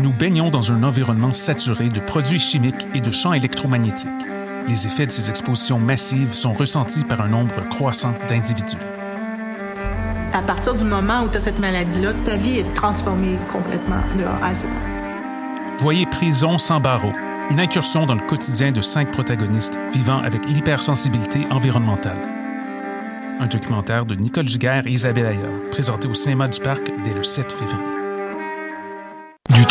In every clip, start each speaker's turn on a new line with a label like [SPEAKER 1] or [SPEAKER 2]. [SPEAKER 1] Nous baignons dans un environnement saturé de produits chimiques et de champs électromagnétiques. Les effets de ces expositions massives sont ressentis par un nombre croissant d'individus.
[SPEAKER 2] À partir du moment où tu as cette maladie-là, ta vie est transformée complètement de A à Z.
[SPEAKER 1] Voyez Prison sans barreaux, une incursion dans le quotidien de cinq protagonistes vivant avec l'hypersensibilité environnementale. Un documentaire de Nicole Giguère et Isabelle Ayer, présenté au cinéma du parc dès le 7 février.
[SPEAKER 3] Du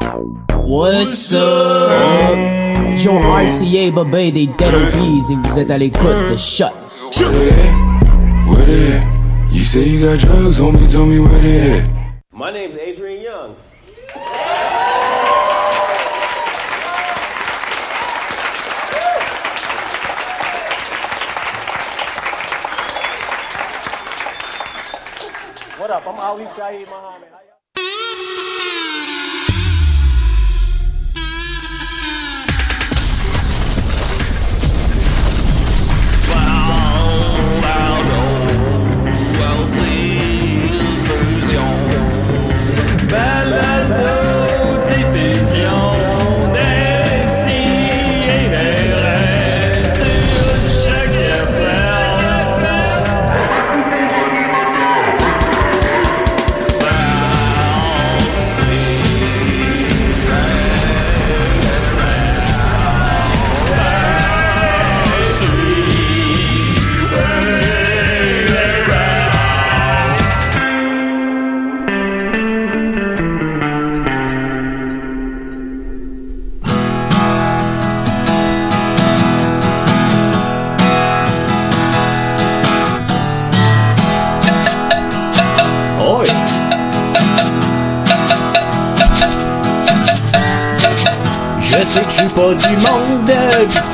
[SPEAKER 4] What's up? Joe RCA, Bobé des Dead Obies, et vous êtes à l'écoute de Shot.
[SPEAKER 5] Where they at? Where they at? You say you got drugs, homie, tell me where they at.
[SPEAKER 6] My name's Adrian Young.
[SPEAKER 7] What up? I'm Ali Shaheed Muhammad.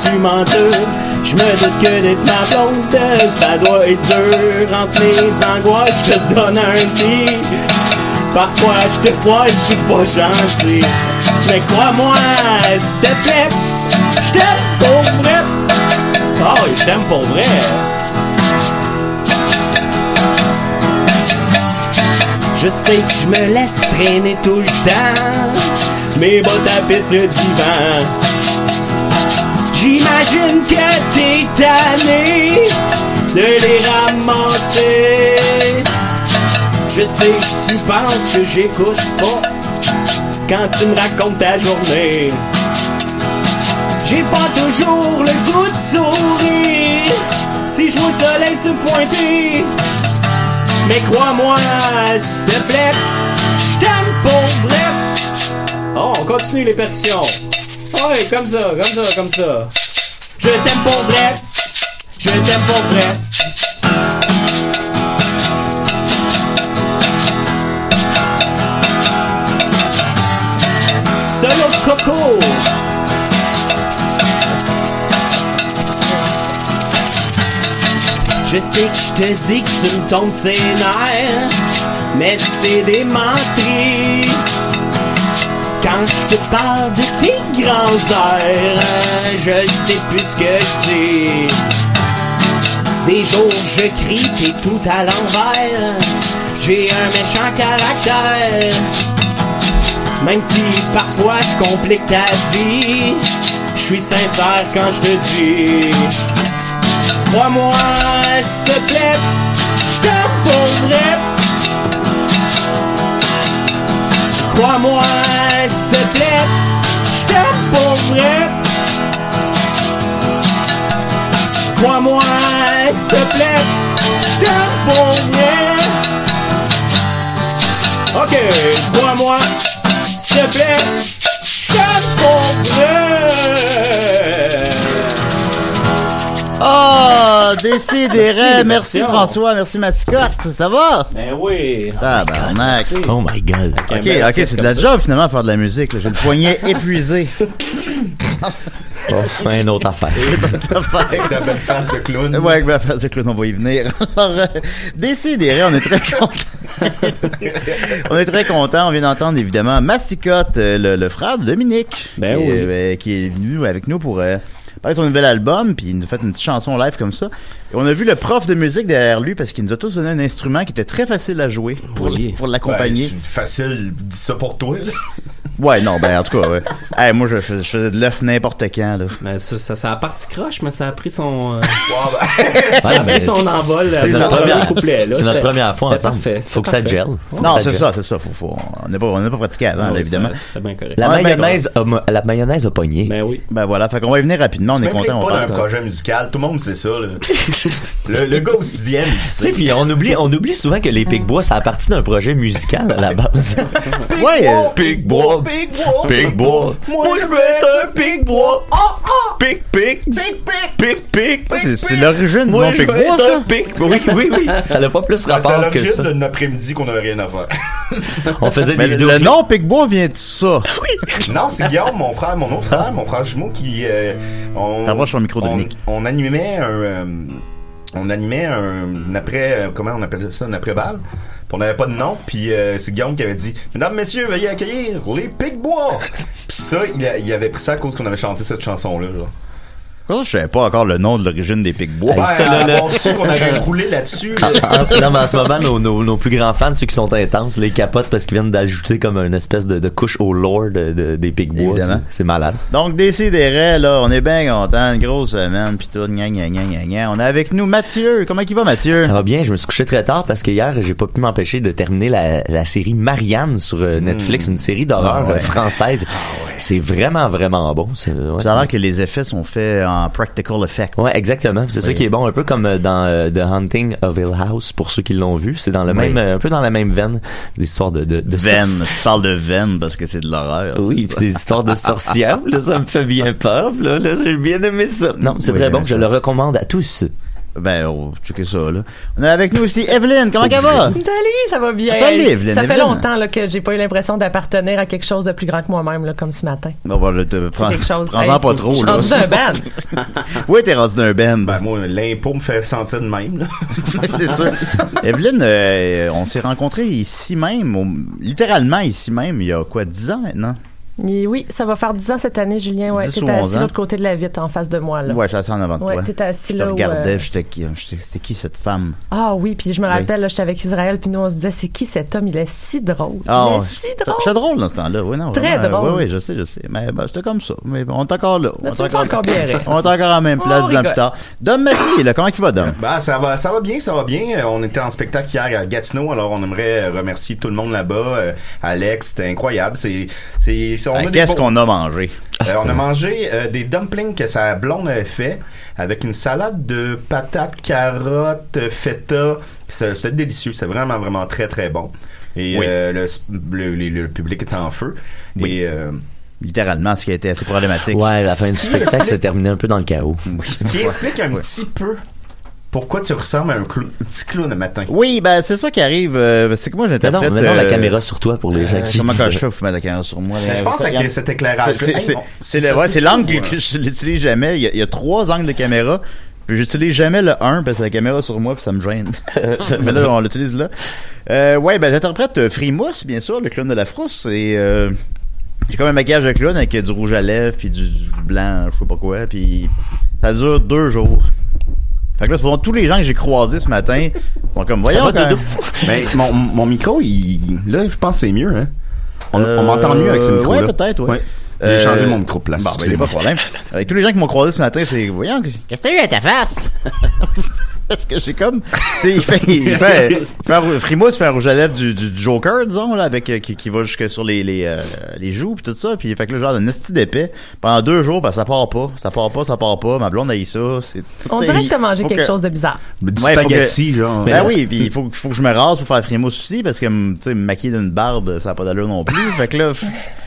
[SPEAKER 8] Je me doute que d'être ma blonde, ça doit être dur Entre mes angoisses, je te donne un petit Parfois je te crois, je suis pas gentil Mais crois-moi, s'il te plaît, je t'aime pour vrai Oh, je t'aime pour vrai Je sais que je me laisse traîner tout le temps Mes bottes tapissent le divan J'imagine que t'es tanné de les ramasser. Je sais que tu penses que j'écoute pas quand tu me racontes ta journée. J'ai pas toujours le goût de sourire si je vois le soleil se pointer. Mais crois-moi, s'il te plaît, je t'aime pour vrai.
[SPEAKER 6] Oh, on continue les percussions.
[SPEAKER 8] Ouais, comme ça, comme ça, comme ça. Je t'aime pour vrai. Je t'aime pour vrai. Solo Coco. Je sais que je te dis que tu me tombes ses nerfs, mais c'est des menteries. Quand je te parle de tes grands airs, je sais plus ce que je dis.
[SPEAKER 4] Des jours je crie, t'es tout à l'envers. J'ai un méchant caractère. Même si parfois je complique ta vie, je suis sincère quand je te dis. Crois-moi, s'il te plaît, je te reposerai. Crois-moi, s'il te plaît, je te reposerai. Crois-moi, s'il te plaît, je te reposerai. Ok, crois-moi, s'il te plaît, je te reposerai.
[SPEAKER 9] Oh, décidérez.
[SPEAKER 4] Merci,
[SPEAKER 9] Merci
[SPEAKER 4] Bertrand.
[SPEAKER 9] François, merci Mascotte, ça va?
[SPEAKER 4] Ben oui.
[SPEAKER 9] Tabarnak.
[SPEAKER 4] Oh
[SPEAKER 9] my god.
[SPEAKER 4] un
[SPEAKER 9] Ok,
[SPEAKER 4] bel
[SPEAKER 9] ok,
[SPEAKER 4] orchestre
[SPEAKER 9] c'est de la
[SPEAKER 4] comme ça.
[SPEAKER 9] job finalement faire de la musique. là. J'ai le poignet épuisé.
[SPEAKER 10] une autre affaire.
[SPEAKER 9] Avec
[SPEAKER 10] ta belle face de clown.
[SPEAKER 9] Ouais, avec ma face de clown, on va y venir. Alors, euh, décidérez, on est très contents. on est très contents. On vient d'entendre évidemment Massicotte, euh, le, le frère de Dominique, qui,
[SPEAKER 4] oui.
[SPEAKER 9] euh, qui est venu avec nous pour euh, parler de son nouvel album, puis il nous a fait une petite chanson live comme ça. Et on a vu le prof de musique derrière lui parce qu'il nous a tous donné un instrument qui était très facile à jouer pour, pour l'accompagner.
[SPEAKER 10] Ben, c'est facile, dis ça pour toi. là.
[SPEAKER 9] Ouais, non, ben en tout cas, ouais. Hey, moi, je, fais- je faisais de l'œuf n'importe quand. Là.
[SPEAKER 6] Ben, ça, ça, ça a parti croche, mais ça a pris son. euh,
[SPEAKER 9] Ouais,
[SPEAKER 11] ben,
[SPEAKER 6] ça a pris
[SPEAKER 9] mais
[SPEAKER 6] son
[SPEAKER 9] c'est-
[SPEAKER 6] envol.
[SPEAKER 9] c'est
[SPEAKER 6] euh,
[SPEAKER 9] notre
[SPEAKER 6] dans le
[SPEAKER 9] première-
[SPEAKER 6] couplet, là.
[SPEAKER 9] c'est notre
[SPEAKER 6] C'était-
[SPEAKER 9] première fois
[SPEAKER 6] c'était
[SPEAKER 9] ensemble.
[SPEAKER 6] parfait,
[SPEAKER 9] Faut que
[SPEAKER 6] c'était
[SPEAKER 9] ça gel.
[SPEAKER 6] parfait.
[SPEAKER 9] Faut Non, que ça c'est gel. ça, c'est ça. Faut, faut, on n'a pas, on n'a pas pratiqué avant, là,
[SPEAKER 6] Oui,
[SPEAKER 9] évidemment.
[SPEAKER 6] hein, ça- c'était bien correct.
[SPEAKER 9] On
[SPEAKER 10] La
[SPEAKER 9] est bien
[SPEAKER 10] mayonnaise
[SPEAKER 9] content.
[SPEAKER 10] a, mo- la mayonnaise a pogné.
[SPEAKER 6] Ben oui.
[SPEAKER 9] Ben voilà, fait qu'on va y venir rapidement, on
[SPEAKER 10] C'est
[SPEAKER 9] est
[SPEAKER 10] même
[SPEAKER 9] content, on
[SPEAKER 10] pas un
[SPEAKER 9] parle.
[SPEAKER 10] projet musical, tout le monde sait ça. là. le, le gars au sixième, il
[SPEAKER 11] Tu sais,
[SPEAKER 10] sait.
[SPEAKER 11] puis on oublie, on oublie souvent que les Pigbois, ça a parti d'un projet musical à la base.
[SPEAKER 9] Ouais, euh,
[SPEAKER 11] Pigbois,
[SPEAKER 4] Pigbois,
[SPEAKER 11] Pigbois.
[SPEAKER 4] Moi, je veux être un pic bois. Oh, oh!
[SPEAKER 11] Pic, pic,
[SPEAKER 4] pic, pic.
[SPEAKER 11] pic, pic.
[SPEAKER 9] C'est c'est l'origine du
[SPEAKER 11] Moi,
[SPEAKER 9] nom
[SPEAKER 11] je veux
[SPEAKER 9] Picbois,
[SPEAKER 11] être un
[SPEAKER 9] ça?
[SPEAKER 11] pic. Oui, oui, oui. Ça n'a pas plus rapport que
[SPEAKER 10] C'est
[SPEAKER 11] ça.
[SPEAKER 10] d'un après-midi qu'on n'avait rien à faire.
[SPEAKER 11] On faisait
[SPEAKER 9] Mais
[SPEAKER 11] des
[SPEAKER 9] le-
[SPEAKER 11] vidéos.
[SPEAKER 9] Le nom Picbois vient de ça.
[SPEAKER 10] Non, c'est Guillaume, mon frère, mon autre frère, mon frère jumeau qui. euh, on,
[SPEAKER 9] T'approches ton micro,
[SPEAKER 10] on-
[SPEAKER 9] Dominique.
[SPEAKER 10] On, animait un. euh, on animait un, un après. euh, Comment on appelle ça Un après-balle. Puis On n'avait pas de nom, puis euh, c'est Guillaume qui avait dit Mesdames, messieurs, veuillez accueillir les Picbois Puis ça, il, a- il avait pris ça à cause qu'on avait chanté cette chanson-là. Là.
[SPEAKER 9] Pourquoi je savais pas encore le nom de l'origine des Picbois?
[SPEAKER 10] Ben,
[SPEAKER 11] ça, là,
[SPEAKER 10] à
[SPEAKER 11] là.
[SPEAKER 10] part ça qu'on avait roulé là-dessus. là.
[SPEAKER 11] Ah, ah, non, mais en ce moment, nos, nos- nos plus grands fans, ceux qui sont intenses, les capotes parce qu'ils viennent d'ajouter comme une espèce de, de couche au lore de- de- des Pigbois.
[SPEAKER 9] Évidemment.
[SPEAKER 11] C'est c'est malade.
[SPEAKER 9] Donc, Décidérez, là, on est bien content, une grosse semaine, pis tout, gna gna gna gna gna. On est avec nous Mathieu, comment il va Mathieu?
[SPEAKER 11] Ça va bien, je me suis couché très tard parce que hier, j'ai pas pu m'empêcher de terminer la, la série Marianne sur euh, Netflix, une série d'horreur
[SPEAKER 9] Hmm. Ah ouais.
[SPEAKER 11] euh, française. C'est vraiment, vraiment bon. c'est- ouais.
[SPEAKER 9] Ça a l'air que les effets sont faits en practical effect.
[SPEAKER 11] Ouais, exactement. C'est ça
[SPEAKER 9] Oui.
[SPEAKER 11] qui est bon, un peu comme euh, dans euh, The Hunting of Hill House pour ceux qui l'ont vu. C'est dans le
[SPEAKER 9] Oui.
[SPEAKER 11] même, euh, un peu dans la même veine des histoires de de, de
[SPEAKER 9] Veine,
[SPEAKER 11] sorci-
[SPEAKER 9] tu parles de veine parce que c'est de l'horreur.
[SPEAKER 11] Oui,
[SPEAKER 9] c'est
[SPEAKER 11] puis des histoires de sorcières. Puis Là, ça me fait bien peur. Puis Là, là, j'ai bien aimé ça. Non, c'est
[SPEAKER 9] Oui,
[SPEAKER 11] très bon.
[SPEAKER 9] j'aime
[SPEAKER 11] Je
[SPEAKER 9] ça.
[SPEAKER 11] le recommande à tous.
[SPEAKER 9] Ben, oh, checker ça, là. On est avec nous aussi Evelyne, comment ça va?
[SPEAKER 12] Salut, ça va bien.
[SPEAKER 9] Ah, salut, Evelyne,
[SPEAKER 12] Ça fait
[SPEAKER 9] Evelyne.
[SPEAKER 12] longtemps là, que j'ai pas eu l'impression d'appartenir à quelque chose de plus grand que moi-même, là, comme ce matin.
[SPEAKER 9] Bon, ben, là, te- prends-
[SPEAKER 12] quelque chose.
[SPEAKER 9] prends-en
[SPEAKER 12] Hey,
[SPEAKER 9] pas trop, là.
[SPEAKER 12] je suis rendue d'un band.
[SPEAKER 9] Oui, t'es rendu d'un ben. Ben,
[SPEAKER 10] moi, l'impôt me fait sentir de même, là.
[SPEAKER 9] c'est sûr. Evelyne, euh, on s'est rencontrés ici même, au- littéralement ici même, il y a quoi, 10 ans maintenant?
[SPEAKER 12] Et oui, ça va faire 10 ans cette année, Julien. Ouais,
[SPEAKER 9] 10
[SPEAKER 12] t'étais
[SPEAKER 9] ou 11
[SPEAKER 12] assis
[SPEAKER 9] ans.
[SPEAKER 12] de l'autre côté de la vitre, en face de moi. Là.
[SPEAKER 9] Ouais, je suis assis en avant de
[SPEAKER 12] Ouais,
[SPEAKER 9] toi.
[SPEAKER 12] t'étais assis
[SPEAKER 9] je
[SPEAKER 12] là
[SPEAKER 9] te
[SPEAKER 12] où,
[SPEAKER 9] regardais,
[SPEAKER 12] euh,
[SPEAKER 9] puis j'étais qui, j'étais- c'était qui cette femme?
[SPEAKER 12] Ah oui, puis je me
[SPEAKER 9] Oui.
[SPEAKER 12] rappelle, là, j'étais avec Israël, puis nous on se disait, c'est qui cet homme? Il est si drôle.
[SPEAKER 9] Ah,
[SPEAKER 12] il est
[SPEAKER 9] ouais,
[SPEAKER 12] si
[SPEAKER 9] j'étais-
[SPEAKER 12] drôle.
[SPEAKER 9] J'étais drôle dans ce temps-là, oui, non.
[SPEAKER 12] Très drôle.
[SPEAKER 9] Oui, oui, je sais, je sais. Mais ben, j'étais comme ça. Mais on est encore Oh, là.
[SPEAKER 12] Mais
[SPEAKER 9] on
[SPEAKER 12] tu
[SPEAKER 9] est
[SPEAKER 12] me fais encore bien rire.
[SPEAKER 9] On est encore en même place
[SPEAKER 10] On
[SPEAKER 9] dix ans plus
[SPEAKER 10] rigole.
[SPEAKER 9] tard. Dom Massy, là, comment il va, Dom?
[SPEAKER 10] Bah ça va, ça va bien, ça va bien. Euh, On était en spectacle hier à Gatineau, alors on aimerait euh, remercier tout le monde là-bas. Euh, Alex, c'était incroyable. C'est, c'est, c'est- on
[SPEAKER 9] Ben,
[SPEAKER 10] a des
[SPEAKER 9] Qu'est-ce
[SPEAKER 10] bons-
[SPEAKER 9] qu'on a mangé?
[SPEAKER 10] Euh, on a mangé euh, des dumplings que sa blonde avait fait avec une salade de patates, carottes, euh, feta. C'est- C'était délicieux. C'est vraiment, vraiment très, très bon. Et
[SPEAKER 9] Oui.
[SPEAKER 10] euh, le, s- le- le- le public était en feu. Et, euh,
[SPEAKER 9] Littéralement, ce qui a été assez problématique.
[SPEAKER 11] Ouais, la fin du
[SPEAKER 10] qui
[SPEAKER 11] spectacle s'est
[SPEAKER 10] explique-
[SPEAKER 11] terminée un peu dans le chaos.
[SPEAKER 10] ce qui explique un petit peu pourquoi tu ressembles à un, clou- un petit clown le matin.
[SPEAKER 9] Oui, ben c'est ça qui arrive. euh, c'est que moi
[SPEAKER 11] Mais non,
[SPEAKER 9] j'interprète.
[SPEAKER 11] mais non, la
[SPEAKER 9] euh,
[SPEAKER 11] caméra sur toi pour les gens
[SPEAKER 9] euh,
[SPEAKER 11] qui.
[SPEAKER 9] Comment quand je fais, faut mettre la caméra sur moi.
[SPEAKER 10] Mais
[SPEAKER 9] là,
[SPEAKER 10] Ben, je pense
[SPEAKER 9] ça,
[SPEAKER 10] avec
[SPEAKER 9] regarde.
[SPEAKER 10] cet éclairage-là,
[SPEAKER 9] C'est-
[SPEAKER 10] hey,
[SPEAKER 9] C'est
[SPEAKER 10] on-
[SPEAKER 9] c'est
[SPEAKER 10] ça
[SPEAKER 9] le
[SPEAKER 10] se
[SPEAKER 9] ouais,
[SPEAKER 10] peut
[SPEAKER 9] c'est
[SPEAKER 10] que-
[SPEAKER 9] l'angle que,
[SPEAKER 10] ouais.
[SPEAKER 9] que je l'utilise jamais. Il y, a, il y a trois angles de caméra. Puis j'utilise jamais le 1 parce que la caméra est sur moi puis ça me gêne. mais là, on l'utilise là. Euh, ouais, ben j'interprète euh, Frimousse, bien sûr, le clown de la frousse. Et euh, j'ai comme un maquillage de clown avec euh, du rouge à lèvres puis du, du blanc, je sais pas quoi. Puis ça dure deux jours. Fait que là, c'est pour tous les gens que j'ai croisés ce matin, ils sont comme, voyons,
[SPEAKER 10] Ah,
[SPEAKER 9] quand...
[SPEAKER 10] doudou. Mais mon, mon micro, il, là, je pense que c'est mieux. Hein? On, on m'entend mieux avec ce
[SPEAKER 9] Euh,
[SPEAKER 10] micro-là.
[SPEAKER 9] Ouais, peut-être, ouais.
[SPEAKER 10] Ouais. J'ai
[SPEAKER 9] Euh,
[SPEAKER 10] changé mon micro-place.
[SPEAKER 9] Bon, ben, c'est pas de problème. Avec tous les gens qui m'ont croisé ce matin, c'est, voyons, qu'est-ce que t'as eu à ta face? Parce que j'ai comme. tu sais, Il fait, il fait, il fait un rou- Frimousse fait un rouge à lèvres du, du- du Joker, disons, là, avec, euh, qui, qui va jusque sur les, les, euh, les joues, puis tout ça. Puis fait que le genre de nasty d'épais, pendant deux jours, parce que ça part pas. Ça part pas, ça part pas. Ma blonde a eu ça. c'est-
[SPEAKER 12] On dirait que t'as mangé
[SPEAKER 9] Faut
[SPEAKER 12] quelque
[SPEAKER 9] que-
[SPEAKER 12] chose de bizarre.
[SPEAKER 10] Du
[SPEAKER 9] faut
[SPEAKER 10] spaghetti,
[SPEAKER 9] que-
[SPEAKER 10] genre.
[SPEAKER 9] Ben oui, puis il faut, faut que je me rase pour faire frimousse aussi, parce que, tu sais, me maquiller d'une barbe, ça n'a pas d'allure non plus. fait que là, f-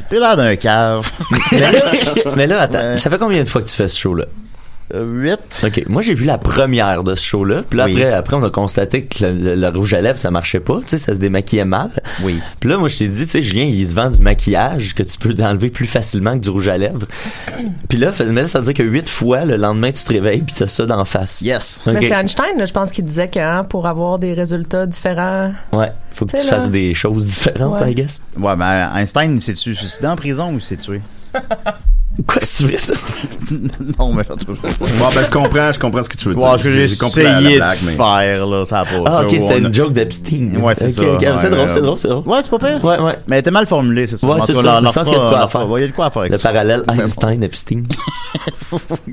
[SPEAKER 9] t'as l'air d'un cave.
[SPEAKER 11] mais là, mais là, attends, ça fait combien de fois que tu fais ce show-là?
[SPEAKER 9] Euh, 8.
[SPEAKER 11] OK. Moi, j'ai vu la première de ce show-là. Puis là, après, après, on a constaté que le, le- le rouge à lèvres, ça marchait pas. Tu sais, ça se démaquillait mal.
[SPEAKER 9] Oui.
[SPEAKER 11] Puis là, moi, je t'ai dit, tu sais, Julien, il se vend du maquillage que tu peux enlever plus facilement que du rouge à lèvres. Puis là, fait- mais ça veut dire que huit fois, le lendemain, tu te réveilles puis t'as ça d'en face.
[SPEAKER 9] Yes.
[SPEAKER 12] Mais c'est Einstein, là, je pense, qui disait que hein, pour avoir des résultats différents.
[SPEAKER 11] Ouais. Faut que
[SPEAKER 12] C'est
[SPEAKER 11] tu
[SPEAKER 12] là.
[SPEAKER 11] fasses des choses différentes,
[SPEAKER 12] Ouais.
[SPEAKER 11] I guess.
[SPEAKER 9] Ouais, mais Einstein, il s'est-tu suicidé en prison ou il s'est tué?
[SPEAKER 11] Quoi, c'est vrai ça?
[SPEAKER 9] non, mais en tout cas.
[SPEAKER 10] Bon, ben, je comprends, je comprends ce que tu veux dire.
[SPEAKER 9] Ouais, ce que j'ai
[SPEAKER 10] compris la- la
[SPEAKER 9] essayé
[SPEAKER 10] blague,
[SPEAKER 9] de
[SPEAKER 10] mais-
[SPEAKER 9] faire, là, ça a pas.
[SPEAKER 11] Ah, ok,
[SPEAKER 9] ça,
[SPEAKER 11] c'était
[SPEAKER 9] on-
[SPEAKER 11] une joke d'Epstein.
[SPEAKER 9] Ouais, c'est
[SPEAKER 11] Ok,
[SPEAKER 9] ça.
[SPEAKER 11] ok, c'est
[SPEAKER 9] Ouais,
[SPEAKER 11] drôle,
[SPEAKER 9] euh,
[SPEAKER 11] c'est drôle, c'est drôle.
[SPEAKER 9] Ouais, c'est pas pire.
[SPEAKER 11] Ouais, ouais.
[SPEAKER 9] Mais elle était mal formulée, c'est ça.
[SPEAKER 11] Ouais,
[SPEAKER 9] En tout
[SPEAKER 11] c'est
[SPEAKER 9] cas,
[SPEAKER 11] ça.
[SPEAKER 9] leur-
[SPEAKER 11] Je
[SPEAKER 9] leur
[SPEAKER 11] pense qu'il y a de quoi
[SPEAKER 9] fera-
[SPEAKER 11] à faire.
[SPEAKER 9] leur- ouais, il y a de quoi à faire avec
[SPEAKER 11] Le
[SPEAKER 9] ça.
[SPEAKER 11] parallèle Einstein-Epstein.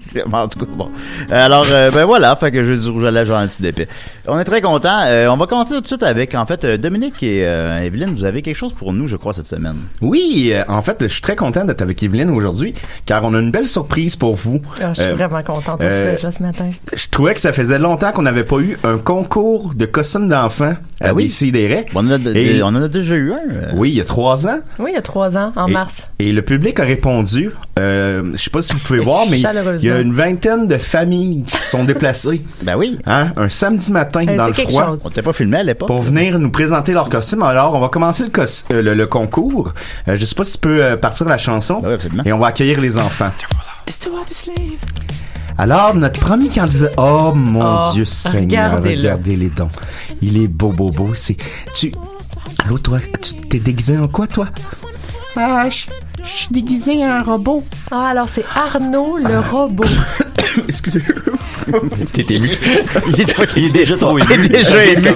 [SPEAKER 9] C'est- euh, en tout cas, bon. Euh, Alors, euh, ben voilà, fait que je du rouge à lèvres gentil d'épais. On est très contents. Euh, on va continuer tout de suite avec, en fait, euh, Dominique et euh, Evelyne, vous avez quelque chose pour nous, je crois, cette semaine.
[SPEAKER 10] Oui, euh, en fait, je suis très content d'être avec Evelyne aujourd'hui, car on a une belle surprise pour vous.
[SPEAKER 12] Ah, je suis
[SPEAKER 10] Euh,
[SPEAKER 12] vraiment contente aussi
[SPEAKER 10] euh,
[SPEAKER 12] d'être là ce matin.
[SPEAKER 10] Je trouvais que ça faisait longtemps qu'on n'avait pas eu un concours de costumes d'enfants à oui.
[SPEAKER 9] Ah On, on en a déjà eu un. euh.
[SPEAKER 10] Oui, il y a trois ans.
[SPEAKER 12] Oui, il y a trois ans, en
[SPEAKER 10] Et-
[SPEAKER 12] mars.
[SPEAKER 10] Et le public a répondu. Euh, je sais pas si vous pouvez voir, mais il y
[SPEAKER 12] Chaleureusement.
[SPEAKER 10] a une vingtaine de familles qui se sont déplacées.
[SPEAKER 9] ben oui.
[SPEAKER 10] Hein, un samedi matin
[SPEAKER 12] Eh,
[SPEAKER 10] dans
[SPEAKER 12] c'est
[SPEAKER 10] le
[SPEAKER 12] quelque
[SPEAKER 10] froid.
[SPEAKER 12] chose.
[SPEAKER 9] On t'était pas filmé à l'époque.
[SPEAKER 10] Pour venir nous présenter leur costume. Alors, on va commencer le, cos- euh, le, le concours. Euh, je sais pas si tu peux euh, partir la
[SPEAKER 9] Ah
[SPEAKER 10] chanson. et on va accueillir les enfants.
[SPEAKER 13] It's too hard to sleep.
[SPEAKER 10] Alors, notre premier candidat. Oh mon
[SPEAKER 13] Oh,
[SPEAKER 10] Dieu Seigneur,
[SPEAKER 13] regardez-le.
[SPEAKER 10] regardez les dons. Il est beau, beau, beau. C'est. Tu. Allô, toi, tu t'es déguisé en quoi, toi? Ah, je je suis déguisé en robot.
[SPEAKER 12] Ah, alors c'est Arnaud le
[SPEAKER 9] Ah.
[SPEAKER 12] robot.
[SPEAKER 11] T'es ému. Il est, il est déjà trop ému.
[SPEAKER 9] Il est déjà ému.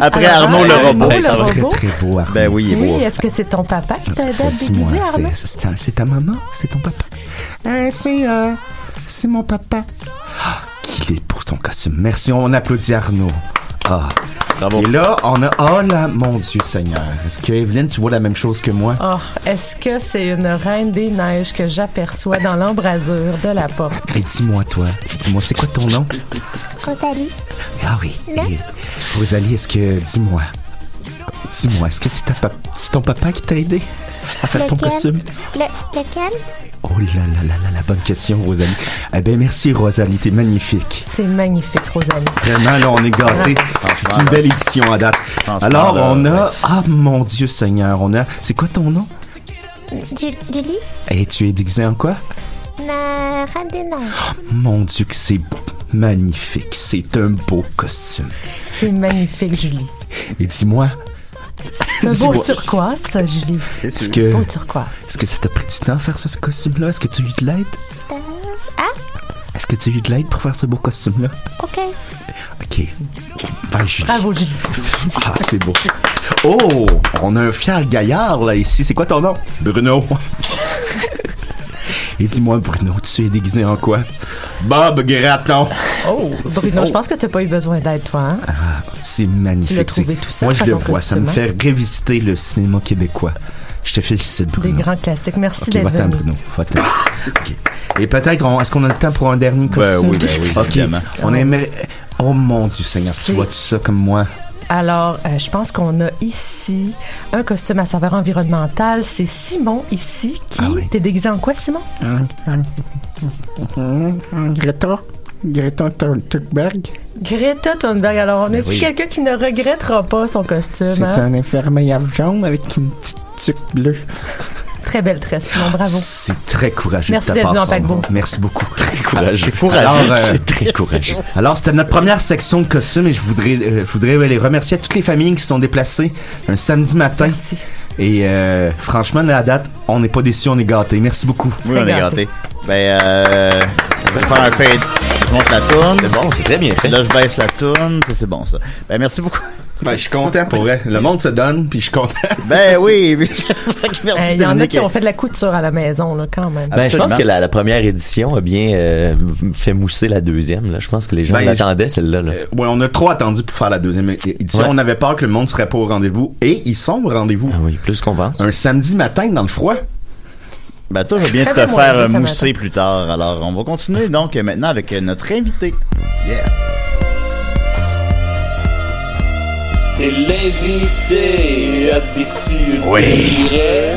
[SPEAKER 9] Après Arnaud le robot.
[SPEAKER 10] Ben, c'est
[SPEAKER 9] Arnaud le
[SPEAKER 10] très,
[SPEAKER 9] robot.
[SPEAKER 10] très beau, Arnaud.
[SPEAKER 9] Ben oui, il est beau.
[SPEAKER 12] Oui, est-ce que c'est ton papa qui t'a aidé à te
[SPEAKER 10] Dis-moi,
[SPEAKER 12] déguiser,
[SPEAKER 10] c'est-
[SPEAKER 12] Arnaud?
[SPEAKER 10] c'est- c'est ta- c'est ta maman? C'est ton papa? Euh, c'est euh, c'est mon papa. Ah, qu'il est pour ton costume. Merci, on applaudit Arnaud. Ah. Et là, on a. Oh là, mon Dieu Seigneur. Est-ce que Evelyne, tu vois la même chose que moi?
[SPEAKER 12] Oh, est-ce que c'est une reine des neiges que j'aperçois dans l'embrasure de la porte?
[SPEAKER 10] Et dis-moi, toi, dis-moi, c'est quoi ton nom?
[SPEAKER 13] Rosalie.
[SPEAKER 10] Ah oui. Et, Rosalie, est-ce que. Dis-moi. Dis-moi, est-ce que c'est ta pap- c'est ton papa qui t'a aidé à faire ton
[SPEAKER 13] Lequel?
[SPEAKER 10] costume?
[SPEAKER 13] Le- lequel?
[SPEAKER 10] Oh là là là là, la bonne question, Rosalie. Eh bien, merci, Rosalie, t'es magnifique.
[SPEAKER 12] C'est magnifique, Rosalie.
[SPEAKER 10] Vraiment, là, on est gâtés. C'est une belle édition à date. Alors, on
[SPEAKER 11] Ben,
[SPEAKER 10] a. Ah, mon Dieu Seigneur, on a. C'est quoi ton nom?
[SPEAKER 13] Ju- Julie?
[SPEAKER 10] Et tu es déguisé en quoi?
[SPEAKER 13] La reine des neiges.
[SPEAKER 10] Mon Dieu, que c'est magnifique. C'est un beau costume.
[SPEAKER 12] C'est magnifique, Julie.
[SPEAKER 10] Et dis-moi,
[SPEAKER 12] Le beau
[SPEAKER 10] Dis-moi.
[SPEAKER 12] turquoise, ça, Julie.
[SPEAKER 10] Est-ce que-
[SPEAKER 12] Beau turquoise.
[SPEAKER 10] est-ce que ça t'a pris du temps à faire ce, ce costume-là? Est-ce que tu as eu de l'aide? Est-ce que tu as eu de l'aide pour faire ce beau costume-là?
[SPEAKER 13] OK.
[SPEAKER 10] OK. Bye, Julie.
[SPEAKER 12] Bravo, Julie.
[SPEAKER 10] Ah, c'est beau. Oh, on a un fier gaillard là ici. C'est quoi ton nom? Bruno. Et dis-moi, Bruno, tu es déguisé en quoi? Bob Graton.
[SPEAKER 12] Oh, Bruno,
[SPEAKER 10] Oh.
[SPEAKER 12] je pense que t'as pas eu besoin d'aide, toi, hein?
[SPEAKER 10] Ah, c'est magnifique.
[SPEAKER 12] Tu l'as trouvé
[SPEAKER 10] C'est-
[SPEAKER 12] tout seul,
[SPEAKER 10] Moi, je
[SPEAKER 12] pas
[SPEAKER 10] le
[SPEAKER 12] ton
[SPEAKER 10] vois. Ça
[SPEAKER 12] costume,
[SPEAKER 10] me
[SPEAKER 12] hein?
[SPEAKER 10] fait révisiter le cinéma québécois. Je te félicite,
[SPEAKER 12] Des
[SPEAKER 10] Bruno.
[SPEAKER 12] grands classiques. Merci
[SPEAKER 10] Ok,
[SPEAKER 12] d'être
[SPEAKER 10] va-t'en,
[SPEAKER 12] venu.
[SPEAKER 10] Bruno. Va-t'en. Ok. Et peut-être, on- est-ce qu'on a le temps pour un dernier costume?
[SPEAKER 9] oui, ben oui,
[SPEAKER 10] Ok.
[SPEAKER 9] évidemment.
[SPEAKER 10] On aimerait... Oh mon Dieu Seigneur, tu
[SPEAKER 12] C'est-
[SPEAKER 10] vois-tu ça comme moi?
[SPEAKER 12] Alors, euh, je pense qu'on a ici un costume à saveur environnementale. C'est Simon, ici, qui... T'es déguisé en quoi, Simon?
[SPEAKER 14] Greta. Greta Thun- Thunberg.
[SPEAKER 12] Greta Thunberg. Alors, on est
[SPEAKER 14] oui.
[SPEAKER 12] quelqu'un qui ne regrettera pas son costume,
[SPEAKER 14] C'est
[SPEAKER 12] hein?
[SPEAKER 14] un infirmière jaune avec une petite tuque bleue.
[SPEAKER 12] Très belle tresse, Simon. Bravo.
[SPEAKER 10] C'est très courageux
[SPEAKER 12] Merci
[SPEAKER 10] de ta
[SPEAKER 12] d'être
[SPEAKER 10] part.
[SPEAKER 12] venu en
[SPEAKER 10] Simon.
[SPEAKER 12] paquebot.
[SPEAKER 10] Merci beaucoup. Très courageux. euh,
[SPEAKER 9] courageux.
[SPEAKER 11] C'est très courageux.
[SPEAKER 10] Alors, c'était notre première section de costumes et je voudrais, euh, je voudrais les remercier à toutes les familles qui se sont déplacées un samedi matin. Et euh, franchement, là, à date, on n'est pas déçus, on est gâtés. Merci beaucoup.
[SPEAKER 9] Oui, on est gâtés. Ben, euh, on va faire un fade. je monte la toune.
[SPEAKER 11] C'est bon, c'est très bien fait.
[SPEAKER 9] Là, je baisse la toune. Ça, c'est bon, ça. Ben, merci beaucoup.
[SPEAKER 10] Ben, je suis content pour vrai. Le monde se donne, puis je suis content.
[SPEAKER 9] Ben oui.
[SPEAKER 12] Il
[SPEAKER 9] merci,
[SPEAKER 12] y en a
[SPEAKER 9] Dominique.
[SPEAKER 12] qui ont fait de la couture à la maison, là, quand même.
[SPEAKER 11] Ben, je pense que la, la première édition a bien euh, fait mousser la deuxième. Là. Je pense que les gens
[SPEAKER 10] Ben,
[SPEAKER 11] l'attendaient, celle-là. là.
[SPEAKER 10] Ouais, on a trop attendu pour faire la deuxième é- édition.
[SPEAKER 11] Ouais.
[SPEAKER 10] On avait peur que le monde serait pas au rendez-vous. Et ils sont au rendez-vous.
[SPEAKER 11] oui, plus qu'on pense.
[SPEAKER 10] Un samedi matin dans le froid.
[SPEAKER 9] Ben, toi, je vais bien te
[SPEAKER 10] Très bon
[SPEAKER 9] faire
[SPEAKER 10] idée,
[SPEAKER 9] euh,
[SPEAKER 10] ça,
[SPEAKER 9] mousser plus tard. Alors, on va continuer donc euh, maintenant avec euh, notre invité.
[SPEAKER 6] T'es l'invité à décider.
[SPEAKER 9] Oui,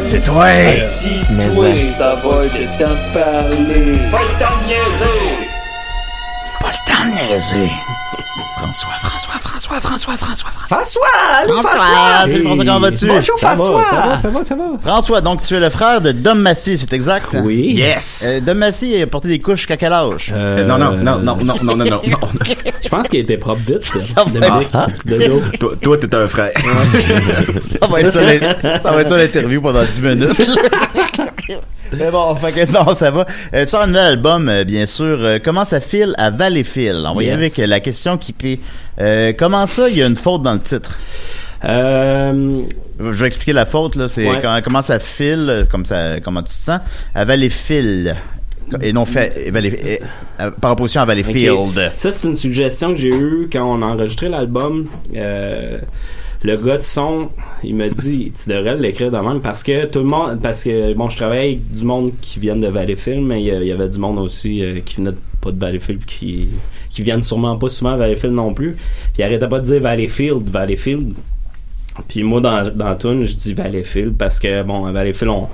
[SPEAKER 9] c'est toi.
[SPEAKER 6] Assis-toi,
[SPEAKER 9] Mais, euh,
[SPEAKER 6] ça va être t'en parler. Va t'en niaiser.
[SPEAKER 9] Pas le temps de niaiser. François, François, François, François, François, François. Allô, François. Salut, François, comment vas-tu?
[SPEAKER 6] Bonjour, Ça va, François. ça va, ça va, ça va.
[SPEAKER 9] François, donc tu es le frère de Dom Massy, c'est exact?
[SPEAKER 6] Oui.
[SPEAKER 9] Yes. Euh, Dom Massy a porté des couches caca l'âge.
[SPEAKER 10] Euh, non, non, non, non, non, non, non, non.
[SPEAKER 6] Je pense qu'il était propre vite,
[SPEAKER 9] Ça
[SPEAKER 6] ça.
[SPEAKER 9] va.
[SPEAKER 6] Dominique,
[SPEAKER 9] Ah.
[SPEAKER 6] de l'eau.
[SPEAKER 10] Toi, toi, t'es un frère.
[SPEAKER 9] ça va être ça, l'in- ça va être ça l'interview pendant 10 minutes. Mais bon, fait que non, ça va. Euh, tu sors un nouvel album, euh, bien sûr. Euh, comment ça file à Valleyfield? On va y aller
[SPEAKER 6] Yes.
[SPEAKER 9] avec euh, la question qui paie. Euh, comment ça, il y a une faute dans le titre? Je vais expliquer la faute, là. C'est
[SPEAKER 6] Euh, Ouais.
[SPEAKER 9] quand- comment ça file, euh, comme ça, comment tu te sens, à Valleyfield. Et non fait, Valley- euh, par opposition à
[SPEAKER 6] Ok.
[SPEAKER 9] Valleyfield.
[SPEAKER 6] Ça, c'est une suggestion que j'ai eue quand on a enregistré l'album. Euh, le gars de son, il m'a dit, tu devrais l'écrire de même parce que tout le monde, parce que bon, je travaille avec du monde qui vient de Valleyfield, mais il y a- il y, avait du monde aussi euh, qui venait de- pas de Valleyfield, qui qui viennent sûrement pas souvent à Valleyfield non plus. Puis il arrêtait pas de dire Valleyfield, Valleyfield. Puis moi, dans, dans la toune, je dis Valleyfield parce que bon, à Valleyfield, on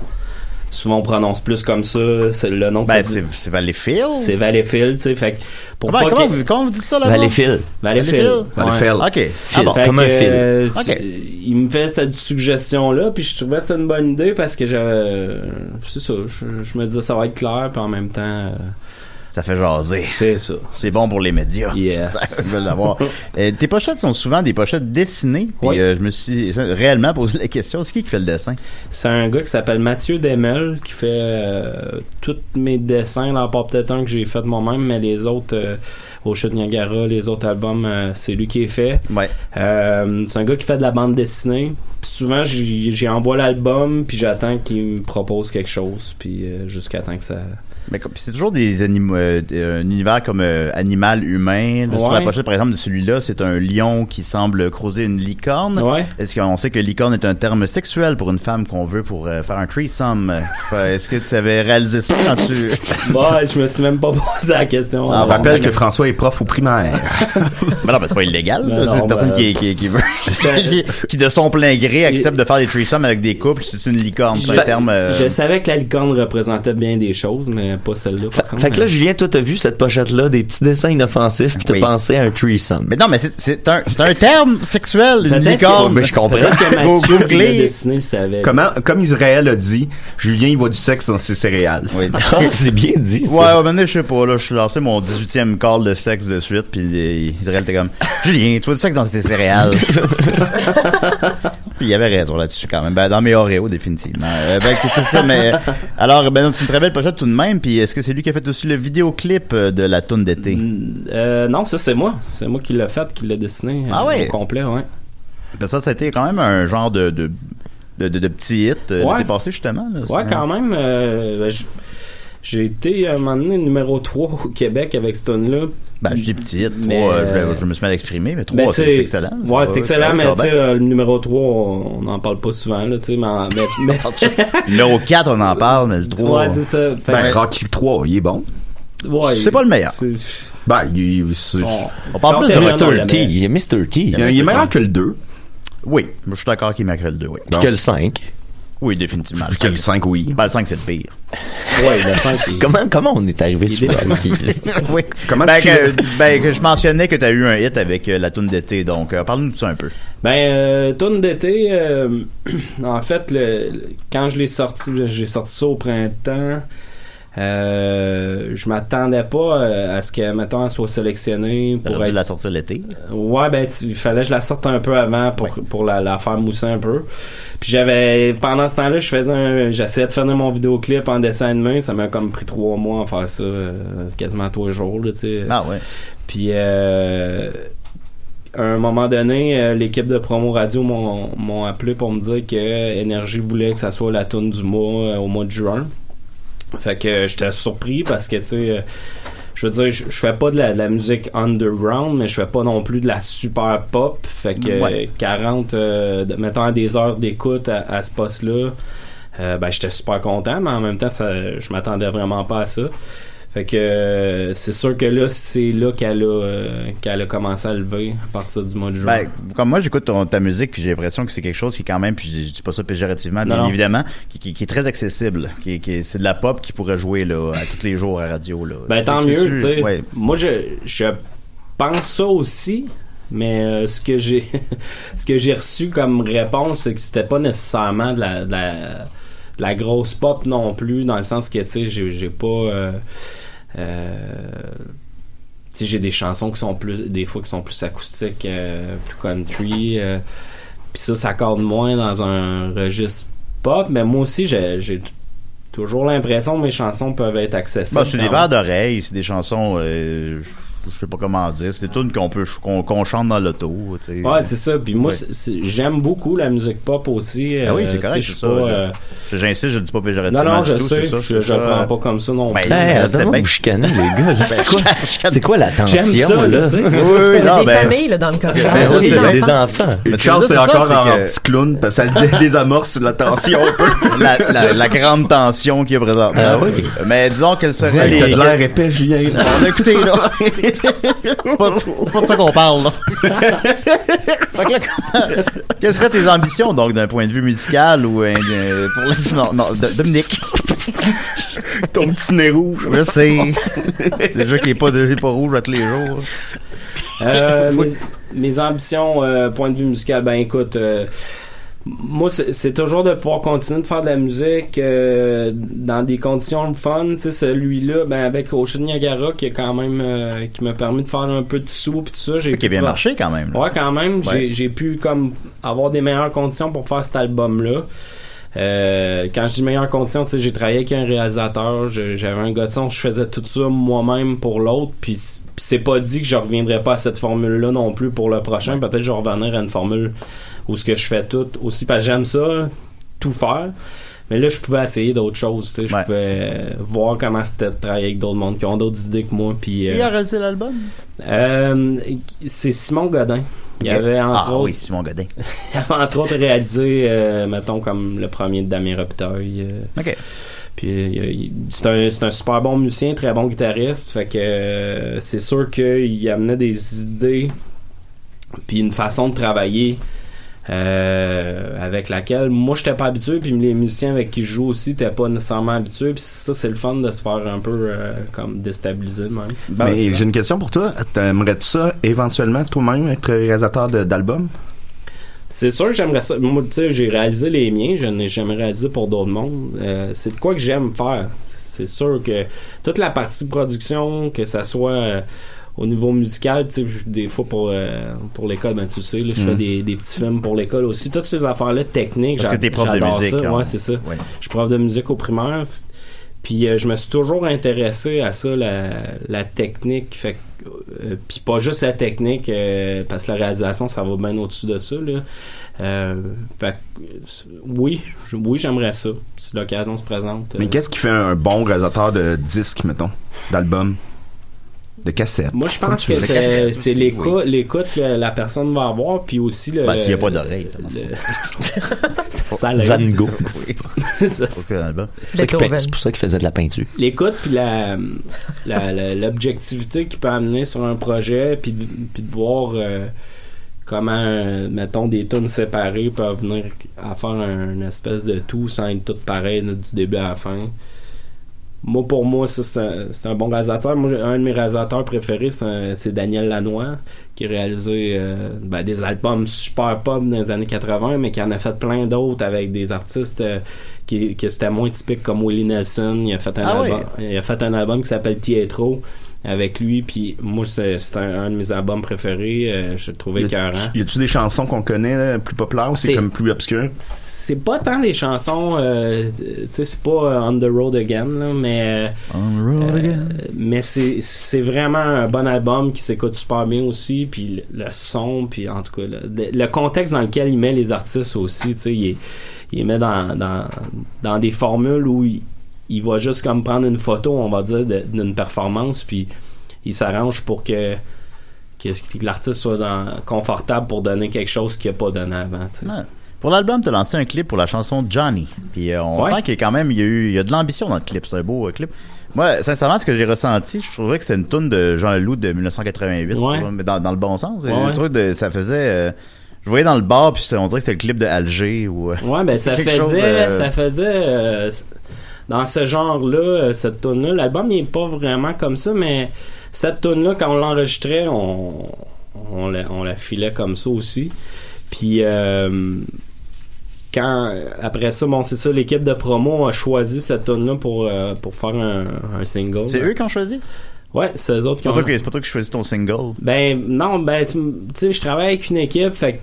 [SPEAKER 6] souvent on prononce plus comme ça c'est le nom.
[SPEAKER 9] Ben,
[SPEAKER 6] de-
[SPEAKER 9] c'est c'est Valleyfield.
[SPEAKER 6] c'est Valleyfield, tu sais. Fait que pour
[SPEAKER 9] Comment, Ah
[SPEAKER 6] pas
[SPEAKER 9] ben, comment
[SPEAKER 6] que-
[SPEAKER 9] vous, comment vous dites ça là
[SPEAKER 6] Valleyfield. Valleyfield.
[SPEAKER 9] Valleyfield.
[SPEAKER 6] Ouais. Ah
[SPEAKER 9] OK. Ah
[SPEAKER 6] Fait que,
[SPEAKER 9] Comme un
[SPEAKER 6] euh,
[SPEAKER 9] fil.
[SPEAKER 6] c'est- Il me fait cette suggestion-là, puis je trouvais que c'était une bonne idée parce que j'avais. C'est ça, je, je me disais ça va être clair, puis en même temps. euh,
[SPEAKER 9] Ça fait jaser.
[SPEAKER 6] C'est ça.
[SPEAKER 9] C'est bon pour les médias.
[SPEAKER 6] Yes.
[SPEAKER 9] Ça, ils veulent l'avoir. Euh, tes pochettes sont souvent des pochettes dessinées. Puis,
[SPEAKER 6] Oui.
[SPEAKER 9] euh, je me suis réellement posé la question, c'est qui qui fait le dessin?
[SPEAKER 6] C'est un gars qui s'appelle Mathieu Demel qui fait euh, tous mes dessins, il en part peut-être un que j'ai fait moi-même, mais les autres, euh, au Chute Niagara, les autres albums, euh, c'est lui qui les fait. Euh, c'est un gars qui fait de la bande dessinée. Puis souvent, j'y j'y envoie l'album, puis j'attends qu'il me propose quelque chose, puis euh, jusqu'à temps que ça...
[SPEAKER 9] Mais comme- c'est toujours des animaux, euh, euh, un univers comme euh, animal humain. là. Sur
[SPEAKER 6] Ouais.
[SPEAKER 9] la pochette, par exemple, de celui-là, c'est un lion qui semble croiser une licorne. Est-ce qu'on sait que licorne est un terme sexuel pour une femme qu'on veut pour euh, faire un threesome? Fait, Est-ce que tu avais réalisé ça quand tu... Ah,
[SPEAKER 6] Bah, je me suis même pas posé la question.
[SPEAKER 10] On
[SPEAKER 6] Non,
[SPEAKER 10] rappelle
[SPEAKER 6] mais-
[SPEAKER 10] que François est prof au primaire.
[SPEAKER 9] Ben non, ben c'est pas illégal. là.
[SPEAKER 6] Ben
[SPEAKER 9] c'est
[SPEAKER 6] non,
[SPEAKER 9] une personne
[SPEAKER 6] ben-
[SPEAKER 9] qui, qui, qui veut, qui, qui, de son plein gré accepte de faire des threesomes avec des couples. C'est une licorne. C'est
[SPEAKER 6] Je-
[SPEAKER 9] un terme. euh,
[SPEAKER 6] Je savais que la licorne représentait bien des choses, mais pas celle-là. par contre.
[SPEAKER 11] Fait que là, Julien, toi, t'as vu cette pochette-là, des petits dessins inoffensifs, puis t'as
[SPEAKER 9] Oui.
[SPEAKER 11] pensé à un threesome.
[SPEAKER 9] Mais non, mais c'est- c'est un, c'est un terme sexuel, une
[SPEAKER 11] Peut-être
[SPEAKER 9] licorne.
[SPEAKER 11] que- mais je comprends.
[SPEAKER 6] Peut-être que Mathieu
[SPEAKER 9] Go-
[SPEAKER 6] qui l'a
[SPEAKER 9] googlez.
[SPEAKER 6] dessiné, il savait.
[SPEAKER 10] Comment, comme Israël a dit, Julien, il voit du sexe dans ses céréales. Ah,
[SPEAKER 9] Oui.
[SPEAKER 11] c'est bien dit,
[SPEAKER 9] Ouais, ouais, maintenant, je sais pas, là, je suis lancé mon 18e call de sexe de suite, puis euh, Israël était comme, Julien, tu vois du sexe dans tes céréales. Puis il avait raison là-dessus quand même. Ben, dans mes Oreos, définitivement. Euh, ben, écoute, c'est ça, mais. euh, Alors, ben, non, c'est une très belle pochette tout de même. Puis est-ce que c'est lui qui a fait aussi le vidéoclip euh, de la toune d'été?
[SPEAKER 6] Euh, non, ça, c'est moi. C'est moi qui l'ai fait, qui l'ai dessiné euh,
[SPEAKER 9] Ah ouais?
[SPEAKER 6] au complet, ouais.
[SPEAKER 9] Ben, ça, ça a été quand même un genre de, de, de, de- de petit hit euh,
[SPEAKER 6] Ouais.
[SPEAKER 9] l'été passé, justement. là.
[SPEAKER 6] Ouais,
[SPEAKER 9] C'est-
[SPEAKER 6] quand même. euh, ben, j- j'ai été à un moment donné numéro 3 au Québec avec ce tune-là.
[SPEAKER 9] Ben, je dis petit hit,
[SPEAKER 6] Mais,
[SPEAKER 9] trois, euh,
[SPEAKER 6] euh,
[SPEAKER 9] je, je me suis mal exprimé, mais
[SPEAKER 6] Ben,
[SPEAKER 9] trois, c'est
[SPEAKER 6] tu sais,
[SPEAKER 9] c'est excellent. Ça
[SPEAKER 6] Ouais, c'est
[SPEAKER 9] va,
[SPEAKER 6] excellent,
[SPEAKER 9] ça
[SPEAKER 6] mais
[SPEAKER 9] va
[SPEAKER 6] tu
[SPEAKER 9] bien.
[SPEAKER 6] sais, euh, le numéro 3, on n'en parle pas souvent, là, tu sais, mais en- mais- mais-
[SPEAKER 9] Numéro 4, on en parle, mais le 3.
[SPEAKER 6] euh, Ouais, c'est ça. Fait
[SPEAKER 10] Ben,
[SPEAKER 6] que-
[SPEAKER 10] Rocky 3, il est bon.
[SPEAKER 6] Ouais,
[SPEAKER 9] c'est pas le meilleur.
[SPEAKER 10] Ben, il, c'est-
[SPEAKER 9] On parle plus de
[SPEAKER 11] Mr. T. Il y a Mr. T.
[SPEAKER 10] Il, est meilleur que le 2.
[SPEAKER 9] Oui, moi, je suis d'accord qu'il est meilleur que le 2, oui.
[SPEAKER 11] Puis que le 5.
[SPEAKER 9] Oui, définitivement.
[SPEAKER 11] Puis que le
[SPEAKER 10] 5, oui.
[SPEAKER 9] Ben, le 5, c'est le pire.
[SPEAKER 6] Ouais, le 5.
[SPEAKER 11] comment, comment on est arrivé sur
[SPEAKER 9] dépend.
[SPEAKER 11] Rocky? là?
[SPEAKER 9] oui.
[SPEAKER 10] Comment
[SPEAKER 9] ben,
[SPEAKER 10] tu
[SPEAKER 9] que, ben, que je mentionnais que tu as eu un hit avec euh, la toune d'été, donc euh, parle-nous de ça un peu.
[SPEAKER 6] Ben, euh, tourne d'été, euh, ben, en fait, le, le- quand je l'ai sorti, j'ai sorti ça au printemps. Euh, je m'attendais pas euh, à ce que, mettons, elle soit sélectionnée pour
[SPEAKER 9] T'aurais dû
[SPEAKER 6] être...
[SPEAKER 9] la sortir l'été.
[SPEAKER 6] Ouais, ben, tu- il fallait que je la sorte un peu avant pour, pour la, la faire mousser un peu. Puis j'avais, pendant ce temps-là, je faisais un, j'essayais de faire mon vidéoclip en dessin animé. Ça m'a comme pris trois mois à faire ça, euh, quasiment tous les jours, là, tu sais.
[SPEAKER 9] Ah ouais.
[SPEAKER 6] Puis, euh, à un moment donné, euh, l'équipe de promo radio m'ont m'ont appelé pour me dire que euh, Énergie voulait que ça soit la tune du mois euh, au mois de juin. Fait que euh, j'étais surpris parce que, tu sais, euh, je veux dire, je, je fais pas de la, de la musique underground, mais je fais pas non plus de la super pop. Fait que euh,
[SPEAKER 9] Ouais.
[SPEAKER 6] 40, euh, de- mettons, à des heures d'écoute à, à ce poste-là, euh, ben, j'étais super content, mais en même temps, ça, je m'attendais vraiment pas à ça. Fait que euh, c'est sûr que là, c'est là qu'elle a, euh, qu'elle a commencé à lever à partir du mois de juin.
[SPEAKER 9] Ben, comme moi, j'écoute ton- ta musique, puis j'ai l'impression que c'est quelque chose qui, est quand même, puis je, je dis pas ça péjorativement, bien
[SPEAKER 6] Non.
[SPEAKER 9] évidemment, qui, qui- qui est très accessible. Qui, qui- c'est de la pop qui pourrait jouer là, à tous les jours à radio. Là.
[SPEAKER 6] Ben,
[SPEAKER 9] Est-ce
[SPEAKER 6] tant
[SPEAKER 9] que
[SPEAKER 6] mieux,
[SPEAKER 9] tu-
[SPEAKER 6] tu sais.
[SPEAKER 9] ouais.
[SPEAKER 6] Moi, je, je pense ça aussi, mais euh, ce que j'ai ce que j'ai reçu comme réponse, c'est que c'était pas nécessairement de la, de la, de la grosse pop non plus, dans le sens que, tu sais, j'ai j'ai pas... euh, euh, tu sais, j'ai des chansons qui sont plus des fois qui sont plus acoustiques euh, plus country euh, puis ça ça corde moins dans un registre pop mais moi aussi j'ai j'ai t- toujours l'impression que mes chansons peuvent être accessibles
[SPEAKER 9] Bon, c'est des
[SPEAKER 6] quand
[SPEAKER 9] Bah,
[SPEAKER 6] même.
[SPEAKER 9] verres d'oreille, c'est des chansons, euh, je je sais pas comment dire, c'est des tunes qu'on peut qu'on, qu'on chante dans l'auto. tu sais.
[SPEAKER 6] ouais c'est ça puis moi
[SPEAKER 9] Ouais.
[SPEAKER 6] c'est- c'est- j'aime beaucoup la musique pop aussi
[SPEAKER 9] Ah oui, c'est
[SPEAKER 6] Euh, tu sais,
[SPEAKER 9] correct,
[SPEAKER 6] je
[SPEAKER 9] c'est
[SPEAKER 6] suis
[SPEAKER 9] ça.
[SPEAKER 6] pas
[SPEAKER 9] Je-
[SPEAKER 6] euh,
[SPEAKER 9] je- J'insiste, je ne dis pas péjorativement.
[SPEAKER 6] non non je
[SPEAKER 9] du tout,
[SPEAKER 6] sais
[SPEAKER 9] c'est ça,
[SPEAKER 6] je,
[SPEAKER 9] c'est
[SPEAKER 6] je
[SPEAKER 9] ça.
[SPEAKER 6] le prends pas comme ça non
[SPEAKER 9] Ben,
[SPEAKER 11] Hey,
[SPEAKER 6] plus
[SPEAKER 9] euh,
[SPEAKER 11] arrêtez
[SPEAKER 9] c'est
[SPEAKER 11] de
[SPEAKER 9] bien-
[SPEAKER 11] vous chicaner, les gars. là. C'est quoi, c'est quoi la tension,
[SPEAKER 9] J'aime ça,
[SPEAKER 11] là?
[SPEAKER 9] là, tu sais. Oui,
[SPEAKER 6] Euh,
[SPEAKER 9] oui,
[SPEAKER 12] Il y a
[SPEAKER 9] non,
[SPEAKER 12] des
[SPEAKER 9] ben-
[SPEAKER 12] familles là, dans le corridor.
[SPEAKER 9] Ben,
[SPEAKER 12] des
[SPEAKER 9] c'est
[SPEAKER 12] enfants.
[SPEAKER 9] vrai.
[SPEAKER 11] Des enfants.
[SPEAKER 9] Mais
[SPEAKER 15] Charles,
[SPEAKER 9] c'est
[SPEAKER 15] t'es
[SPEAKER 9] ça,
[SPEAKER 15] encore
[SPEAKER 9] c'est
[SPEAKER 15] en
[SPEAKER 9] que-
[SPEAKER 15] petit clown parce que ça dé- désamorce la tension un peu.
[SPEAKER 9] la, la- la grande tension qu'il y a présentement.
[SPEAKER 15] Ah oui.
[SPEAKER 9] Mais disons qu'elle serait
[SPEAKER 15] Ouais,
[SPEAKER 9] les.
[SPEAKER 15] t'as de l'air épais, Julien. là.
[SPEAKER 9] On a écouté, là. c'est pas, c'est pas de ça qu'on parle, là. Fait que là, comment- Quelles seraient tes ambitions, donc, d'un point de vue musical ou euh, euh, pour le- Non, non, de- Dominique. Ton petit nez rouge. Je sais. Déjà qu'il est pas, il est pas rouge à tous les jours.
[SPEAKER 6] Euh, mes, mes ambitions, euh, point de vue musical, ben écoute, euh, moi c'est c'est toujours de pouvoir continuer de faire de la musique euh, dans des conditions le fun. Tu sais, celui-là, ben avec Ocean Niagara qui est quand même euh, qui m'a permis de faire un peu de sous puis tout ça, j'ai
[SPEAKER 9] Qui a bien
[SPEAKER 6] pu-
[SPEAKER 9] marché, quand même. là.
[SPEAKER 6] Ouais, quand même, j'ai-
[SPEAKER 9] Ouais.
[SPEAKER 6] j'ai pu comme avoir des meilleures conditions pour faire cet album-là. Euh, quand je dis meilleures conditions, tu sais, j'ai travaillé avec un réalisateur, je- j'avais un gars de son, je faisais tout ça moi-même pour l'autre, puis c- puis c'est pas dit que je reviendrai pas à cette formule-là non plus pour le prochain. Peut-être que je vais revenir à une formule où ce que je fais tout aussi, parce que j'aime ça, tout faire. Mais là, je pouvais essayer d'autres choses, tu sais, je pouvais euh, voir comment c'était de travailler avec d'autres mondes qui ont d'autres idées que moi, puis. euh,
[SPEAKER 9] Qui a réalisé l'album?
[SPEAKER 6] euh, c'est Simon Godin. Il
[SPEAKER 9] Ok.
[SPEAKER 6] avait entre
[SPEAKER 9] Ah
[SPEAKER 6] autres,
[SPEAKER 9] oui, Simon Godin.
[SPEAKER 6] il avait entre autres réalisé, euh, mettons, comme le premier de Damien Repteuil. euh.
[SPEAKER 9] OK.
[SPEAKER 6] Puis euh, il- il- c'est un, c'est un super bon musicien, très bon guitariste. Fait que euh, c'est sûr qu'il amenait des idées puis une façon de travailler euh, avec laquelle moi j'étais pas habitué puis les musiciens avec qui je joue aussi t'es pas nécessairement habitué puis ça c'est le fun de se faire un peu euh, comme déstabiliser de même
[SPEAKER 9] Ben,
[SPEAKER 15] Mais j'ai une question pour toi. T'aimerais-tu ça éventuellement toi-même être réalisateur de- d'albums?
[SPEAKER 6] C'est sûr que j'aimerais ça. Moi, tu sais, j'ai réalisé les miens, je n'ai jamais réalisé pour d'autres mondes. Euh, c'est de quoi que j'aime faire. C'est sûr que toute la partie production, que ça soit euh, au niveau musical, tu sais, je- des fois pour, euh, pour l'école, ben tu sais, là, je fais
[SPEAKER 9] Mm.
[SPEAKER 6] des, des petits films pour l'école aussi. Toutes ces affaires-là techniques,
[SPEAKER 9] Parce que
[SPEAKER 6] j'a-
[SPEAKER 9] t'es prof de
[SPEAKER 6] j'adore
[SPEAKER 9] musique,
[SPEAKER 6] ça.
[SPEAKER 9] hein.
[SPEAKER 6] Ouais, c'est ça.
[SPEAKER 9] Ouais.
[SPEAKER 6] Je suis prof de musique au primaire. Puis euh, je me suis toujours intéressé à ça, la, la technique. Fait que, euh, puis pas juste la technique, euh, parce que la réalisation, ça va bien au-dessus de ça. Là. Euh, fait que, euh, oui, je- oui, j'aimerais ça. Si l'occasion se présente. euh.
[SPEAKER 15] Mais qu'est-ce qui fait un bon réalisateur de disques, mettons, d'albums, de cassettes?
[SPEAKER 6] Moi, je
[SPEAKER 15] Comme
[SPEAKER 6] pense
[SPEAKER 15] tu
[SPEAKER 6] que
[SPEAKER 15] veux.
[SPEAKER 6] c'est c'est l'écoute l'écoute que la personne va avoir, puis aussi le.
[SPEAKER 9] Ben, s'il y a pas d'oreille, ça
[SPEAKER 6] le- ça l'aide.
[SPEAKER 11] Van Gogh.
[SPEAKER 6] Ça,
[SPEAKER 11] C'est pour ça qu'il
[SPEAKER 6] Beethoven.
[SPEAKER 11] peint- c'est pour ça qu'il faisait de la peinture.
[SPEAKER 6] l'écoute puis la la- la- l'objectivité qui peut amener sur un projet puis de, puis de voir euh, comment euh, mettons des tunes séparées peuvent venir à faire un une espèce de tout sans être toutes pareilles là, du début à la fin moi, pour moi, ça, c'est un, c'est un bon réalisateur. Moi, j'ai- un de mes réalisateurs préférés, c'est un- c'est Daniel Lanois, qui a réalisé euh, ben, des albums super pop dans les années 80, mais qui en a fait plein d'autres avec des artistes euh, qui, que c'était moins typique, comme Willie Nelson. Il a fait un,
[SPEAKER 9] Ah
[SPEAKER 6] album,
[SPEAKER 9] ouais.
[SPEAKER 6] il a fait un album qui s'appelle Pietro avec lui, puis moi, c'est c'est un, un de mes albums préférés. euh, je le trouvais écœurant.
[SPEAKER 15] Y a-tu des chansons qu'on connaît là, plus populaires ou c'est
[SPEAKER 6] C'est-
[SPEAKER 15] comme plus obscur?
[SPEAKER 6] c'est pas tant des chansons euh, tu sais c'est pas euh, on the road again là, mais euh, euh, mais c'est c'est vraiment un bon album qui s'écoute super bien aussi puis le, le son puis en tout cas le, de- le contexte dans lequel il met les artistes aussi tu sais il, est- il les met dans, dans dans des formules où il, il va juste comme prendre une photo on va dire de- d'une performance puis il s'arrange pour que que, que l'artiste soit dans- confortable pour donner quelque chose qu'il n'a pas donné avant tu sais.
[SPEAKER 9] Ouais. Pour l'album, t'as lancé un clip pour la chanson Johnny. Puis euh, on
[SPEAKER 6] Ouais.
[SPEAKER 9] sent qu'il y a quand même il y a eu il y a de l'ambition dans le clip. C'est un beau euh, clip. Moi, sincèrement, ce que j'ai ressenti, je trouvais que c'était une tune de Jean Leloup de 1988, je
[SPEAKER 6] Ouais.
[SPEAKER 9] trouve, mais dans, dans le bon sens.
[SPEAKER 6] Ouais,
[SPEAKER 9] Le
[SPEAKER 6] ouais.
[SPEAKER 9] truc de- ça faisait, euh, je voyais dans le bar, puis c'est- on dirait que c'était le clip de Alger ou. euh,
[SPEAKER 6] Ouais, ben ça
[SPEAKER 9] quelque
[SPEAKER 6] faisait,
[SPEAKER 9] chose, euh,
[SPEAKER 6] ça faisait euh, dans ce genre-là, euh, cette tune là L'album n'est pas vraiment comme ça, mais cette tune là quand on l'enregistrait, on, on, la, on la filait comme ça aussi. Puis euh, quand après ça, bon c'est ça, l'équipe de promo a choisi cette tune là pour euh, pour faire un, un single.
[SPEAKER 9] C'est eux qui ont choisi.
[SPEAKER 6] Ouais, c'est eux
[SPEAKER 9] C'est
[SPEAKER 6] autres qui
[SPEAKER 9] pas
[SPEAKER 6] ont.
[SPEAKER 9] toi qui- c'est pas toi qui choisis ton single.
[SPEAKER 6] Ben non, ben tu tu sais, je travaille avec une équipe, fait que